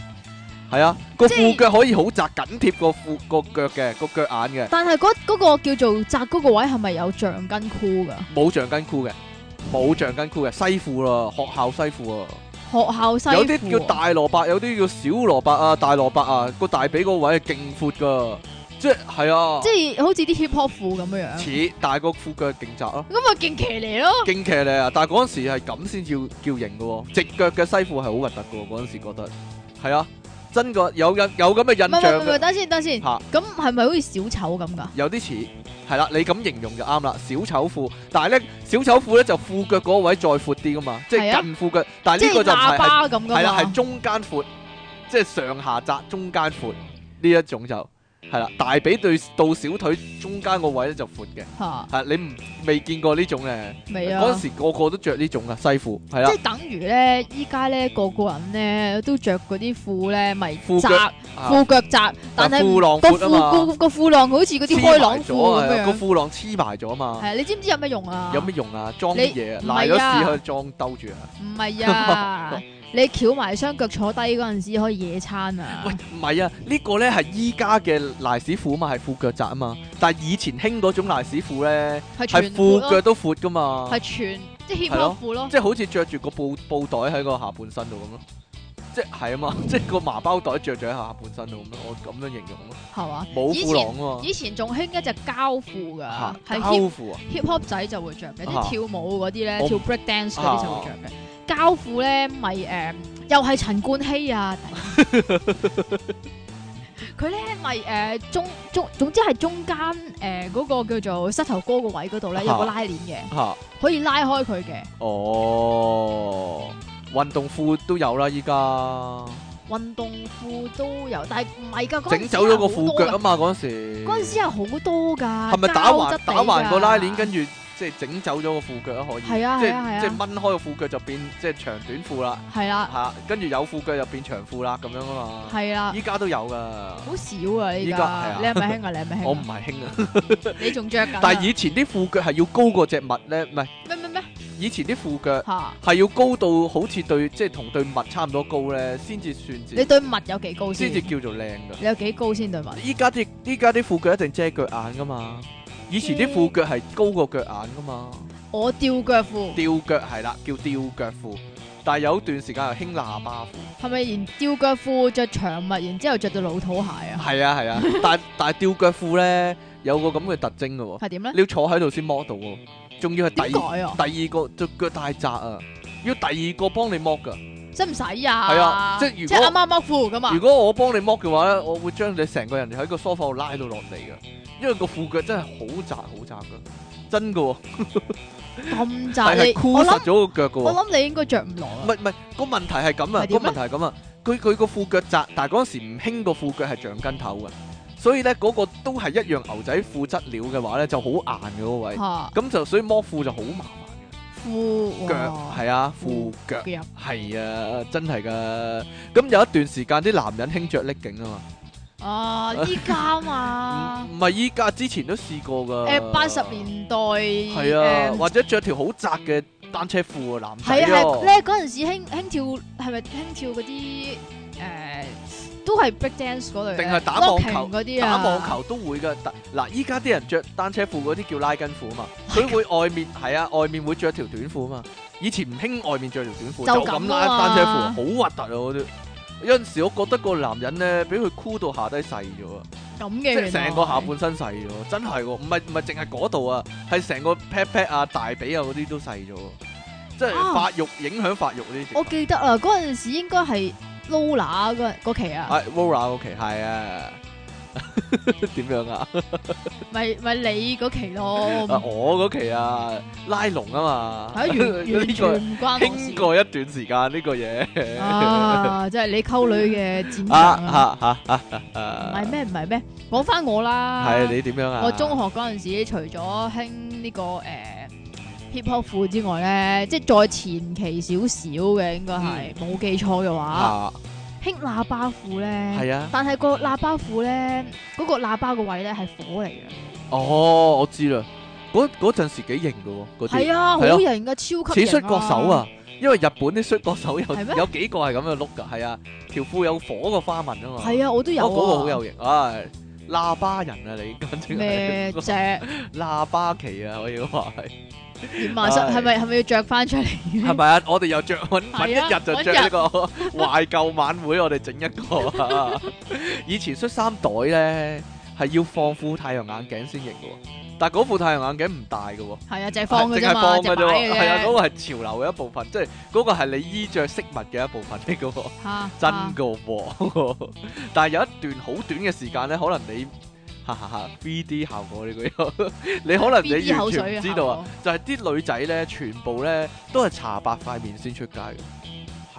係啊，個即係褲腳可以好窄，緊貼個褲個腳嘅個腳眼嘅，但係嗰嗰個叫做窄嗰個位係咪有橡筋箍噶？冇橡筋箍嘅，冇橡筋箍嘅西褲咯，學校西褲啊。學校西褲啊有啲叫大蘿蔔，有啲叫小蘿蔔啊，大蘿蔔啊，個大髀嗰位係勁闊噶，即係係啊即，係好似啲 hip hop 褲咁樣樣，似但係個褲腳勁窄咯，咁啊勁騎呢咯。勁騎呢啊！但係嗰陣時係咁先叫叫型噶喎，直腳嘅西褲係好核突噶喎，嗰陣時覺得係啊，真個有有有咁嘅唔係印唔係象唔係，嘅，等先等先，嚇咁係咪好似小丑咁噶？有啲似係啦。你咁形容就啱啦，小丑褲。但係咧，小丑褲咧就褲腳嗰位再闊啲噶嘛，即係啊係近褲腳。但係即呢個係就唔喇係係叭咁噶係啦，係嘛？中間闊，即係上下窄中間闊呢一種就係啦。大髀對到小腿中間個位咧就闊嘅，嚇係你唔未見過呢種咧。未啊嗰？陣時個個都着呢種啊西褲，係啦即，係等於咧，依家咧個個人咧都着嗰啲褲咧，咪褲腳窄啊褲腳窄，但但係褲浪個闊啊嘛褲個個褲浪好似嗰啲開黐朗埋褲咗咁啊，個樣。褲浪黐埋咗啊嘛係，啊，你知唔知有咩用啊？有咩用啊？裝乜嘢啊？你賴唔係啊咗屎去裝兜住啊？唔 係啊，你翹埋雙腳坐低嗰陣時可以野餐啊喂，！唔係啊，呢個咧係依家嘅賴屎褲啊嘛，係褲腳窄啊嘛，但係以前興嗰種賴屎褲咧係係全褲腳啊咯，都闊噶嘛。係全即係係掀咯開褲咯。即係好似着住個布布袋喺個下半身度咁咯，即係係啊嘛， 即係個麻包袋着咗喺下半身度咁咯，我咁樣形容咯，係嘛？冇以褲前浪啊嘛以前仲興一隻膠褲㗎嚇，，係膠褲啊， hip hop 仔就會着嘅，即啊係跳舞嗰啲咧，我唔啊跳 break dance 嗰啲就會着嘅。膠褲咧咪誒，又係陳冠 希啊！佢咧咪誒中中，總之係中間誒嗰個叫做膝頭哥個位嗰啊度咧有個拉鏈嘅，嚇可以拉開佢嘅哦，運動褲都有啦，依家運動褲都有，但係唔係㗎，嗰陣整走咗個時係好褲多㗎腳啊嘛，嗰陣時嗰陣時係好多㗎，係咪打膠質橫地打橫個㗎拉鏈，跟住即係整走咗個褲腳啊？可以，係啊即係啊係係啊即係掹開個褲腳就變即係長短褲啦，係啦嚇，跟住有褲腳就變長褲啦，咁樣啊嘛，係啦，依家都有噶，好少啊！依依家係家啊你係咪興啊？你係咪我興唔啊？係興啊。你仲着緊啊？但係以前啲褲腳係要高過只襪咧，唔係咩咩咩以前啲褲腳吓？係要高到好似對即係同對襪差唔多高咧，先至算你至對襪有幾高先先？至叫做靚噶。你有幾高先對襪？依家啲依家啲褲腳一定遮腳眼噶嘛，以前啲褲腳係高過腳眼噶嘛，我吊腳褲吊腳係啦，叫吊腳褲。但係有段時間又興喇叭褲，係咪連吊腳褲着長襪，然之後着對老土鞋啊？係啊係啊， 但係但係吊腳褲咧有個咁嘅特徵噶喎，係點咧？你要坐喺度先摸到喎，仲要係點第改啊？第二個隻腳太窄啊，要第二個幫你剝噶。使唔使啊？係啊即係如即係果啱啱剝褲咁如啊？果我幫你剝嘅話咧，我會將你成個人喺個梳化度拉到落嚟嘅，因為個褲腳真係好窄好窄噶，真噶喎，咁但窄係你箍我實諗咗個腳噶我喎。諗你應該着唔落唔啊！係唔係，個問題係咁啊，係個點咧問題係咁啊，佢佢個褲腳窄，但係嗰陣時唔興個褲腳係橡筋頭嘅，所以咧嗰個都係一樣牛仔褲質料嘅話咧就好硬嘅嗰位，吓咁就所以剝褲就好麻褲煩嘅，腳哇係啊，褲腳。腳係啊，真係噶。咁有一段時間啲男人興着勒頸啊啊！依家嘛， 嘛唔唔係依家之前都試過噶。誒啊八十年代係啊，誒或者着條好窄嘅單車褲啊，男仔係啊係啊，咧嗰陣時興興跳係咪興跳嗰啲誒都係 break dance 嗰類定咧係打網 locking 球嗰啲啊？打網球都會噶。但嗱，依家啲人着單車褲嗰啲叫拉筋褲啊嘛，佢會外面係啊，外面會着條短褲啊嘛。以前唔興外面着條短褲，就就咁咁啊拉嘛單車褲，好核突啊！我都有陣時我覺得個男人咧，俾佢箍到下低細咗 啊。咁即嘅係成個下半身細咗，真係喎，唔係唔係淨係嗰度啊，係成個 pat pat 啊、大髀啊嗰啲都細咗喎，即係啊發育影響發育呢我啲。記得啊，嗰陣時應該係 Lola 嗰嗰期啊，係 Vora 嗰期係啊， 點樣啊？咪咪你嗰期咯， 啊我嗰期啊，拉龍啊嘛，係完完 呢全個唔關我興事過一段時間呢個嘢啊！即係你溝女嘅戰場啊，啊嚇嚇唔嚇係咩唔係咩，講翻我啦，係你點樣啊？我中學嗰陣時，除咗興呢個誒 hip hop 褲之外咧，即係再前期少少嘅，應該係冇記錯嘅話，嗯啊興喇叭褲咧。係啊，但係個喇叭褲咧，嗰個喇叭個位咧係火嚟嘅，哦我知啦，嗰嗰陣時幾型嘅喎嗰啲。係啊，係咯好型噶，超似級型摔角手啊，因為日本啲摔角手有係 咩有幾個係咁樣碌噶，係啊，條褲有火個花紋啊嘛，係啊，我都有哦嗰個好啊，有型啊，唉喇叭人啊你，簡直 咩係隻點喇叭旗啊可以話係，啊？唉係咪係咪要着翻 出係嚟？咪啊？我哋又着揾係啊揾一日就着呢個 懷舊晚會，我哋整一個 啊！以前恤衫袋咧係要放副太陽眼鏡先型嘅喎，但係嗰副太陽眼鏡唔戴嘅喎，係啊，就係放嘅係啫淨係 嘛，放嘅就擺啫喎，嘅係啊，嗰啫。個係潮流嘅一部分，即係嗰個係你衣着飾物嘅一部分嚟嘅喎。嚇真嚇噶喎， 但係有一段好短嘅時間咧，可能你哈哈哈 3D 效果呢個有，你可能 BB 你完口全水唔啊知道啊效果，就係啲女仔咧，全部咧都係搽白塊面先出街嘅，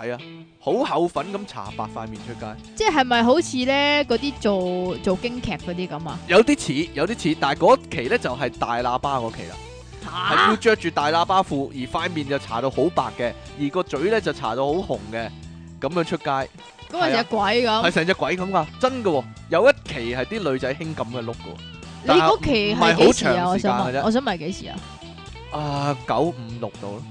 係啊，好厚粉咁搽白塊面出街，即係咪好似咧嗰啲做做京劇嗰啲咁啊？有啲似有啲似，但係嗰期咧就係大喇叭嗰期啦，係、啊要嚇着住大喇叭褲，而塊面就搽到好白嘅，而個嘴咧就搽到好紅嘅，咁樣出街。咁咪隻鬼係啊咁？成隻鬼咁噶，真噶、喎！有一期係啲女仔興咁嘅碌噶你嗰期係幾時啊？唔我係好長想時間嘅啫問，我想問係幾時啊？喎，啊九五六度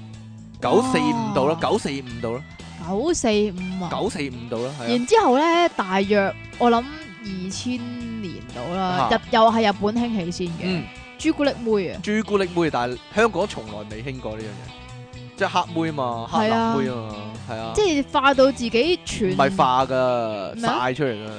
咯，啊九四五度咯，九四五度咯，九四五啊！九四五度咯，係啊，然之後咧，大約我諗二千年到啦，嚇日又係日本興起先嘅嗯，朱古力妹啊！朱古力妹，但係香港從來未興過呢樣嘢，即係黑妹啊嘛，黑係啊辣妹啊嘛，係啊，即係化到自己全唔係化噶，咩啊曬出嚟噶，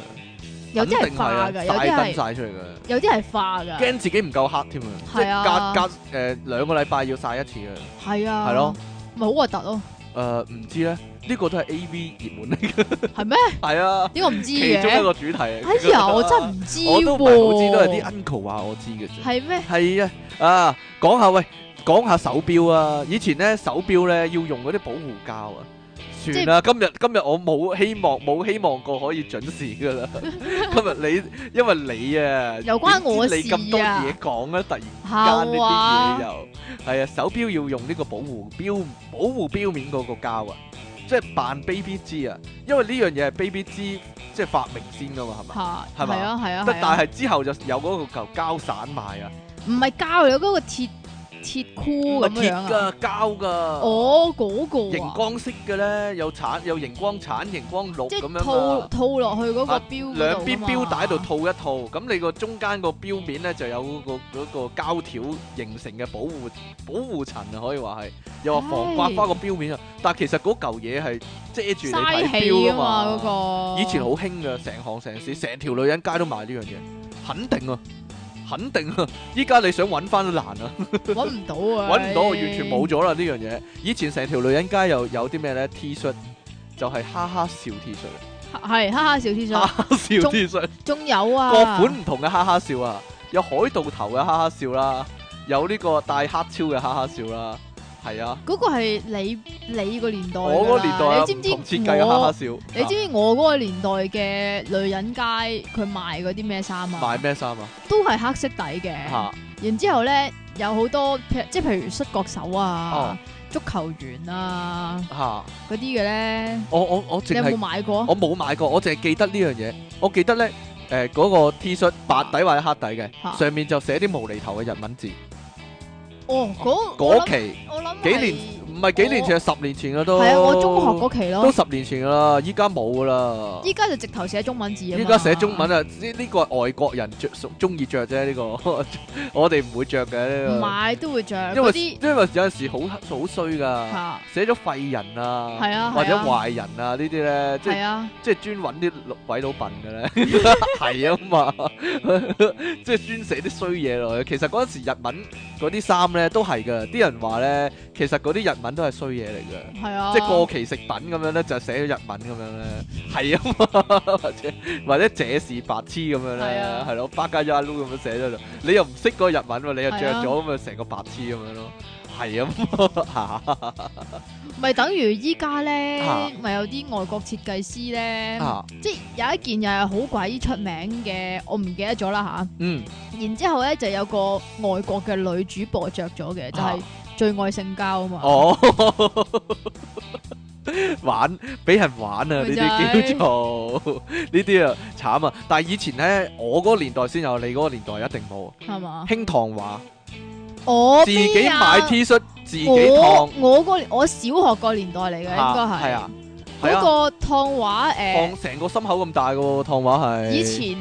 有啲肯係定係化啊㗎，有曬啲燈係曬出嚟噶，有啲係化㗎，驚自己唔夠黑添啊，即係啊係隔隔誒兩個禮拜要曬一次啊。係啊，係咯，咪好核突咯，誒唔、知咧，呢、個都係 A V 熱門嚟嘅，係咩？ 係啊，點解唔知其中一嘅？個主題嚟。哎呀，我真係唔知 我都唔係好知，都係喎啲 uncle 話我知嘅啫。係咩？係啊，啊講下喂，講下手錶啊，以前咧手錶咧要用嗰啲保護膠啊。算啦，今日今日我冇希望，冇希望過可以準時 噶啦。今日你因為你啊，有關我點知你咁多事啊嘢講啊，突然。間呢啲係嘢啊，又係啊，手錶要用呢個保護錶保護錶面嗰個膠啊，即係扮 Baby G 啊，因為呢樣嘢係 Baby G 即係發明先噶嘛，係咪？嚇係嘛係啊係啊，但係但啊係之後就有嗰個嚿膠散賣啊，唔係膠，有嗰個鐵鐵箍咁樣嗯鐵啊，㗎膠㗎，哦嗰個熒啊，光色嘅咧，有橙有熒光橙、熒光綠即咁樣係套啊。套落去嗰個啊標兩邊標錶帶度套一套，咁你個中間個錶面咧就有嗰、個嗰、個膠條形成嘅保護保護層啊，可以話係，又話防刮花個錶面啊。但係其實嗰嚿嘢係遮住你睇嘥氣錶啊嘛嘛。嗰個，以前好興噶，成行成市，成條女人街都賣呢樣嘢，肯定啊，肯定啊！依家你想揾翻都難啊，揾唔到啊， 揾唔到啊，完全冇咗啦呢樣嘢。以前成條女人街又有啲咩咧 T 恤，就係哈哈笑 T 恤，係哈 哈小 T 哈恤，哈笑 T 恤。仲有啊，各啊款唔同嘅哈哈笑啊，有海盜頭嘅哈哈笑啦，有呢個戴黑超嘅哈哈笑啦，係啊，嗰個係你你個年代哦㗎啦，我嗰個年代有你知唔唔同知設計嘅哈哈我？笑，你知唔知我嗰個年代嘅女人街佢賣嗰啲咩衫啊啊？賣咩衫啊？都係黑色底嘅，嚇然之後咧有好多譬即係譬如摔角手哦啊、足球員啊嚇，嗰啲嘅咧，我我我你淨有冇係買過啊？我冇買過，我淨係記得呢樣嘢，我記得咧誒嗰個 T 恤白底或者黑底嘅，嚇上面就寫啲無厘頭嘅日文字，哦，嗰嗰期我諗幾年唔係幾年前，係十年前嘅都，係啊，我中學嗰期都咯，十年前噶啦，依家冇噶啦。依家就直頭寫中文字啊嘛依家寫中文啊，呢呢個係外國人着中意着啫，呢個 我哋唔會着嘅呢唔買都會着個，因嗰為啊啲因為有陣時好好衰噶，嚇，寫咗廢人啊，係啊，或者係啊壞人啊呢啲咧，即係係啊，即係專揾啲鬼佬笨嘅 咧，係啊嘛， 即係專寫啲衰嘢落去。其實嗰陣時日文嗰啲衫咧都係噶，啲人話咧，其實嗰啲日文都係衰嘢嚟嘅。係啊，即係過期食品咁樣咧，就寫咗日文咁樣咧，係啊嘛， 或者或者這是白痴咁樣係咧啊，係咯，巴加加嚕咁樣寫咗就，你又唔識嗰個日文喎，你又係啊着咗咁啊，成個白痴咁樣咯，係嗯啊嘛， 咪等於依家咧啊，咪有啲外國設計師咧，啊，即係有一件又係好鬼出名嘅，我唔記得咗啦嗯，吓。然之後咧就有個外國嘅女主播着咗嘅，就係、啊最愛性交啊嘛。哦， 玩俾人玩啊，呢咪就係啲叫做 呢啲啊慘啊，但係以前咧，我嗰個年代先有，你嗰個年代一定冇，啊係嘛？興唐話，啊我自己邊啊買 T 恤自己燙我。我嗰我小學個年代嚟嘅，應該係係啊，係嗰啊，個燙畫誒。燙成個心口咁大嘅喎，燙畫係。以前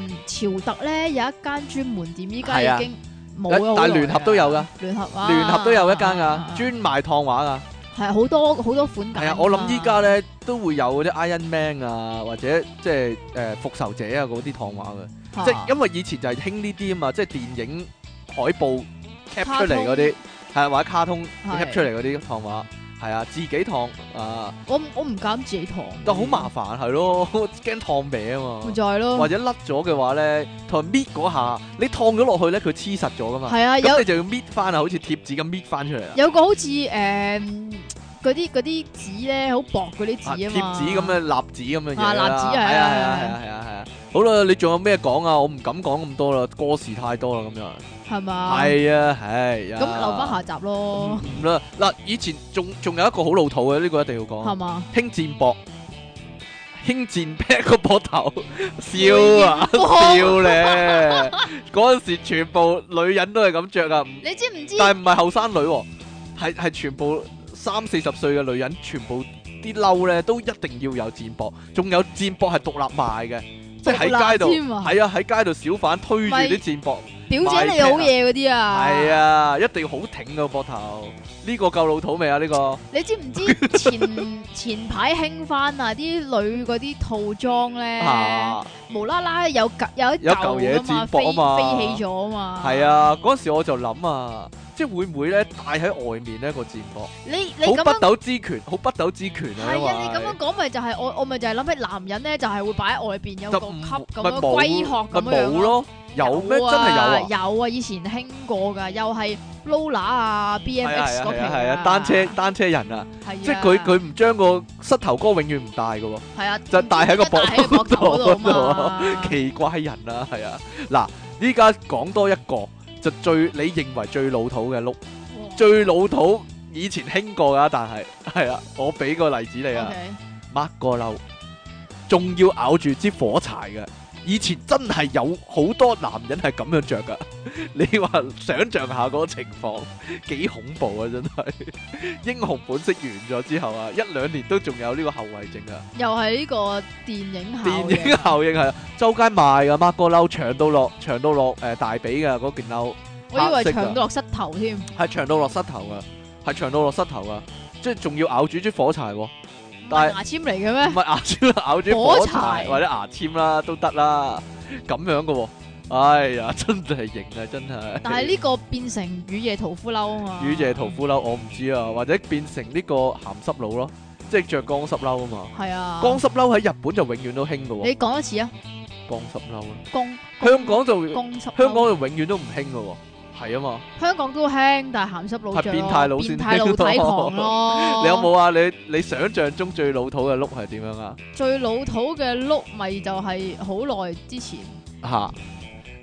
潮特咧有一間專門店，依係啊家已經冇咗好耐啦。但係聯合都有㗎，聯合啊，聯合都有一間啊㗎，專賣燙畫㗎。係好多好多款係㗎啊，我諗依家咧都會有嗰啲 Iron Man 啊，或者即係誒復仇者啊嗰啲燙畫嘅，嚇即係因為以前就係興呢啲啊嘛，即係電影海報 cap 出嚟嗰啲，係啊或者卡通係 cap 出嚟嗰啲燙畫，係啊，自己燙啊，我唔我唔敢自己燙，但好麻煩係咯， 驚燙歪啊嘛咪。就係咯或，者甩咗嘅話咧，同埋搣嗰下，你燙咗落去咧，佢黐實咗噶嘛。係啊，咁有你就要搣翻啊，好似貼紙咁搣翻出嚟啊。有個好似誒嗰啲嗰啲紙咧，好薄嗰啲啊貼紙啊嘛，紙咁嘅蠟紙咁嘅嘢啦啊蠟紙係啊係啊係啊係係啊啊係啊係啊。好啦，你仲有咩講啊？我唔敢講咁多啦，過時太多啦咁樣。係嘛？係啊係啊。啊嗯咁留翻下集咯，唔啦，嗱，以前仲仲有一個好老土嘅，呢個一定要係講。啊嘛？輕戰膊，輕戰劈個膊 頭，笑啊笑咧！ 嗰陣時全部女人都係咁着啊，唔你知唔知？但係唔係後生女喎，係係全部三四十歲嘅女人，全部啲褸咧都一定要有戰膊，仲有戰膊係獨立賣嘅，即係喺街度，獨立添啊係啊喺街度小販推住咪啲戰膊，表姐你好嘢嗰啲啊？係！啊，一定要好挺個膊頭，呢個夠老土未啊？呢個你知唔知前 前排興翻啊？啲女嗰啲套裝咧，啊無啦啦有嚿有一有嚿嘢㗎嘛，佔膊啊嘛飛飛起咗啊嘛。係啊，嗰陣時我就諗啊，即係會唔會咧戴喺外面呢個戰膊？你你好咁不樣斗之權，好不斗之權啊！因係啊，你咁為樣講咪就係我我咪就係諗起男人咧就係會擺喺外邊有個就唔級咁咪樣冇龜殼咁咪樣冇啊樣咯。咯，有咩真係有啊？有啊，以前興過㗎，又係 Lola 啊、係啊 BMX 係啊嗰期係啊係啊，單車單車人啊，係啊即係佢佢唔將個膝頭哥永遠唔戴嘅喎，係啊，就戴喺個膊戴喺個膊頭嗰度度啊啊嘛，奇怪人啊，係啊，嗱，依家講多一個就最你認為最老土嘅碌，最老土以前興過㗎，但係係啊，我俾個例子你啊。 OK 抹個漏，仲要咬住支火柴嘅。以前真係有好多男人係咁樣着噶， 你話想象下嗰個情況幾恐怖啊！真係英雄本色完咗之後啊，一兩年都仲有呢個後遺症啊！又係呢個電影效電影應，效應係啊周街賣噶，抹個褸長到落長到落誒、呃大髀噶嗰件褸，我以黑色為㗎長到落膝頭添，係長到落膝頭噶，係長到落膝頭噶，即係仲要咬住支火柴喎。唔但係係牙籤嚟嘅唔咩？係牙籤啦，咬住 火火柴柴或者牙籤啦，都得啦，咁樣嘅喎。哎呀， 真係型啊，真係。但係呢個變成雨夜屠夫褸啊嘛，雨夜屠夫褸，我唔知啊，或者變成呢個鹹濕佬咯，即係着光濕褸啊嘛。係啊，光濕褸喺日本就永遠都興嘅喎，你講一次啊，光濕褸啦。公香港就香公濕褸港就永遠都唔興嘅喎，係啊嘛。香港都興，但係鹹濕佬係着咯變態佬先變態佬睇狂 。咯你有冇啊？你你想象中最老土嘅碌係點樣啊？最老土嘅碌咪就係好耐之前，吓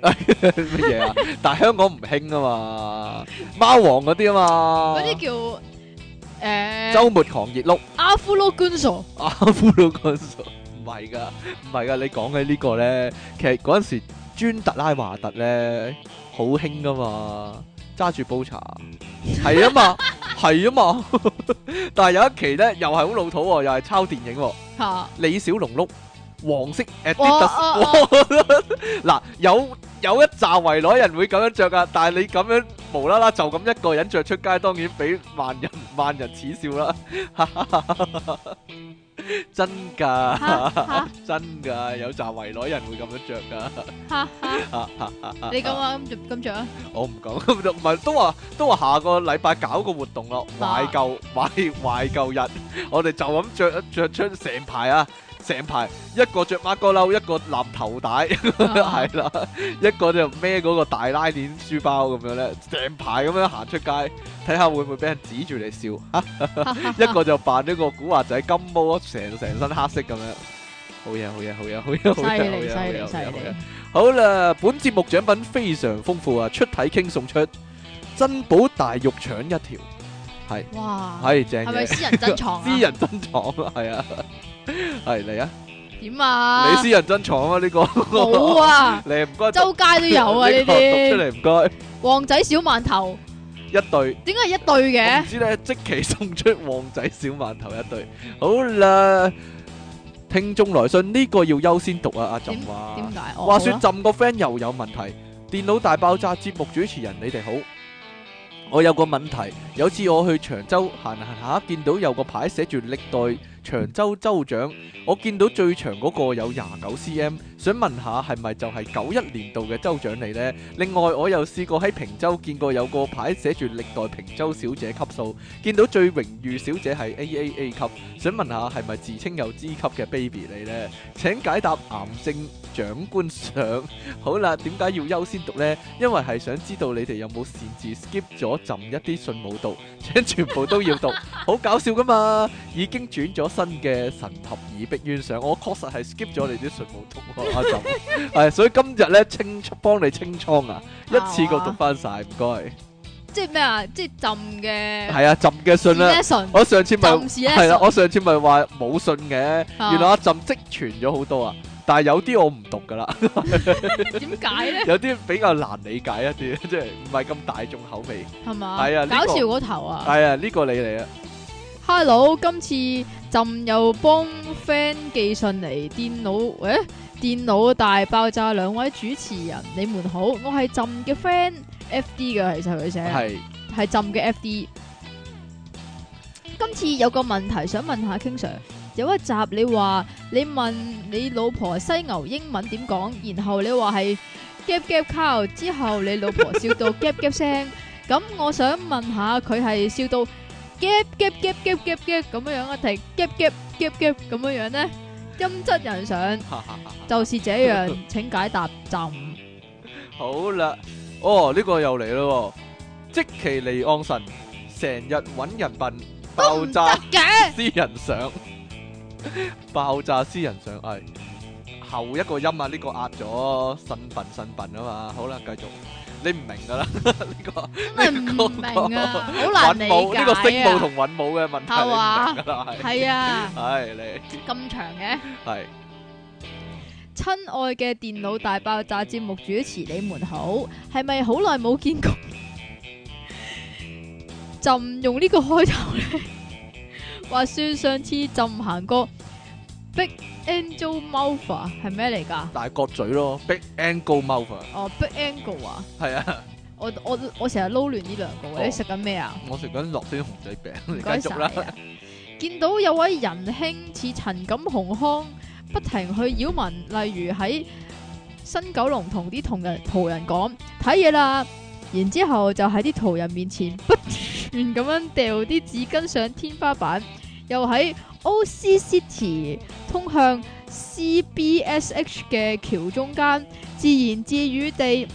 乜嘢啊？但系香港唔興啊嘛，貓王嗰啲啊嗰嘛，啲叫诶周末狂熱碌 啊阿夫洛君索，阿夫魯嗰首，唔係噶，唔係噶，你講嘅呢個咧，其實嗰阵时專特拉華特咧好興噶嘛，揸住煲茶，係啊嘛，係啊嘛， 但係有一期咧又係好老土喎，又係抄電影喎。吓，李小龍碌黃色 a d 哇哦 i 嗱有有一紮圍內人會咁樣着噶，但係你咁樣無啦啦就咁一個人着出街，當然俾萬人萬人恥笑啦，真㗎哈哈真㗎，有紮圍內人會咁樣着㗎。哈哈， 你咁啊咁着咁着啊，我唔講，唔係都話都話下個禮拜搞個活動咯，懷啊舊懷懷舊日，我哋就咁着着出成排啊，成排一個着孖哥褸，一個立頭帶， 係啦，一個就孭嗰個大拉鏈書包咁樣咧，成排咁樣行出街，睇下會唔會俾人指住你笑，一個就扮呢個古惑仔金毛，成成身黑色咁樣，好嘢好嘢好嘢好嘢好犀嘢好嘢利犀好嘢利好犀嘢好嘢利。，好啦，本節目獎品非常豐富啊！出體傾送出珍寶大肉腸一條，哇，係正係咪嘢，私人珍藏啊？私人珍藏啊， 係啊，係嚟啊，點啊？你私人珍藏啊呢個，冇 啊，你唔該讀，周街都有啊呢呢個讀出啲，嚟唔該，旺仔小饅頭，一對，點解係一對我唔嘅？知咧即期送出旺仔小饅頭一對，好啦，聽眾來信呢個要優先讀啊，阿朕話。點解？話哦說好啦朕個 friend 又有問題，電腦大爆炸節目主持人，你哋好。我有個問題，有次我去長洲行行下，見到有個牌寫住歷代長洲州長。我見到最長嗰個有廿九 cm，想問下係咪就係九一年度嘅州長嚟呢？另外我又試過喺平洲見過有個牌寫住歷代平洲小姐級數，見到最榮譽小姐係 AAA 級，想問下係咪自稱有 G 級嘅 baby 嚟呢？請解答癌症長官上。 好啦，點解要優先讀呢？因為係想知道你哋有冇擅自 skip 咗朕一啲信冇 讀，請全部都要讀， 好搞笑噶嘛！已經轉咗新嘅神合耳壁冤上，我確實係 skip 咗你啲信冇讀喎，阿朕。係，所以今日咧清幫你清倉啊，一次過讀翻晒，唔該。即係咩啊？即係浸嘅係啊，朕嘅信咧， lesson，我上次咪浸是係啦， lesson，我上次咪話冇信嘅，啊原來阿朕積存咗好多啊，但係有啲我唔讀噶啦。點解咧？有啲比較難理解一啲， 即係唔係咁大眾口味。係嘛？係啊呢個搞笑嗰頭啊！係啊，呢個你嚟啊， Hello，今次朕又幫 friend 寄信嚟，電腦誒、電腦大爆炸，兩位主持人，你們好，我係朕嘅 friend FD 嘅，其實佢寫係係朕嘅 FD。今次有個問題想問下 King Sir，有一集你話你問你老婆犀牛英文點講，然後你話係 gap gap cow，之後你老婆笑到 gap gap 聲，咁我想問下佢係笑到 gap gap gap gap gap gap 咁樣樣啊，定 gap gap gap gap 咁樣樣呢？音質人上哈哈哈哈就是這樣，請解答朕。好啦，哦呢個又嚟咯喎，即其離岸神成日揾人 笨， 爆炸得嘅，私人相， 爆炸私人相係後一個音啊，呢個壓咗呻笨呻笨啊嘛，好啦，繼續，你唔明噶啦， 呢個真係唔嗯明 啊，好難理韻母呢個聲解母啊。同韻母嘅問題，你係唔嘛明噶啦，係係啊，係你咁長嘅。係。親愛嘅電腦大爆炸節目主持，你們好，係咪好耐冇見過？ 朕用呢個開頭咧，話說上次朕行過 Big Angel Mouth 係咩嚟㗎？大角咀咯，Big Angle Mouth 啊哦，Big Angle 啊！係啊， 我我我成日撈亂呢兩個，哦你食緊咩啊？我食緊樂天紅仔餅，你唔該繼續晒啦，啊！見到有位仁兄似陳錦鴻腔，不停去擾民，例如喺新九龍同啲同人途人講睇嘢啦，然之後就喺啲途人面前不斷咁樣掉啲紙巾上天花板，又喺 O.C. City 通向 C.B.S.H 嘅橋中間自言自語地。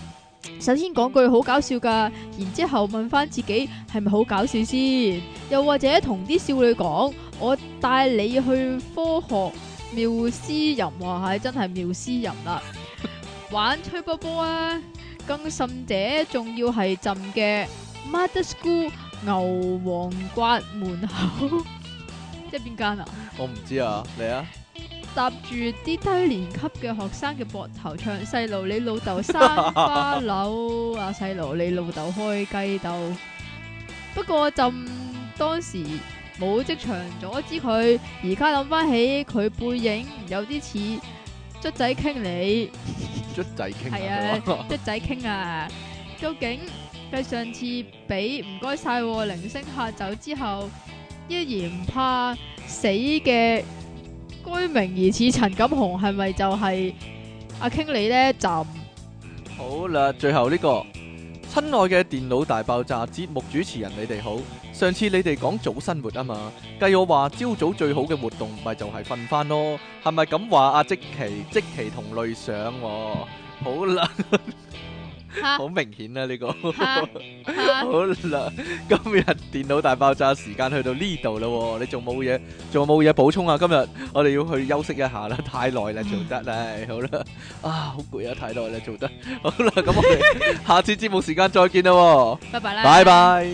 首先講句好搞笑噶，然之後問翻自己係咪好搞笑先，又或者同啲少女講，我帶你去科學妙思淫，哇，係真係妙思淫啦， 玩吹波波啊！更甚者，仲要係朕嘅 Mother School 牛王刮門口， 即係邊間啊？我唔知啊，你啊，搭住啲低年級嘅學生嘅膊頭唱細路，你老豆生花柳啊，細路你老豆開雞竇。不過朕當時冇即場阻止佢，而家諗翻起佢背影有啲似卒仔傾你。卒仔傾係啊啊係嘛， 卒仔傾啊！究竟繼上次俾唔該晒喎零星嚇走之後，依然唔怕死嘅居明而似陳錦鴻，係咪就係阿傾你咧？就好啦，最後呢個，親愛嘅電腦大爆炸節目主持人，你哋好。上次你哋講早生活啊嘛，計我話朝早最好嘅活動咪就係瞓翻咯，係咪咁話啊？即期即期同類想喎，好 啦，嚇好明顯啦呢個。嚇嚇好啦，今日電腦大爆炸時間去到呢度啦喎，你仲冇嘢，仲冇嘢補充啊？今日我哋要去休息一下啦， 太耐啦，做得啦，好啦，啊，好攰啊，太耐啦，做得，好啦，咁我哋下次節目時間再見啦喎，拜拜啦！拜拜。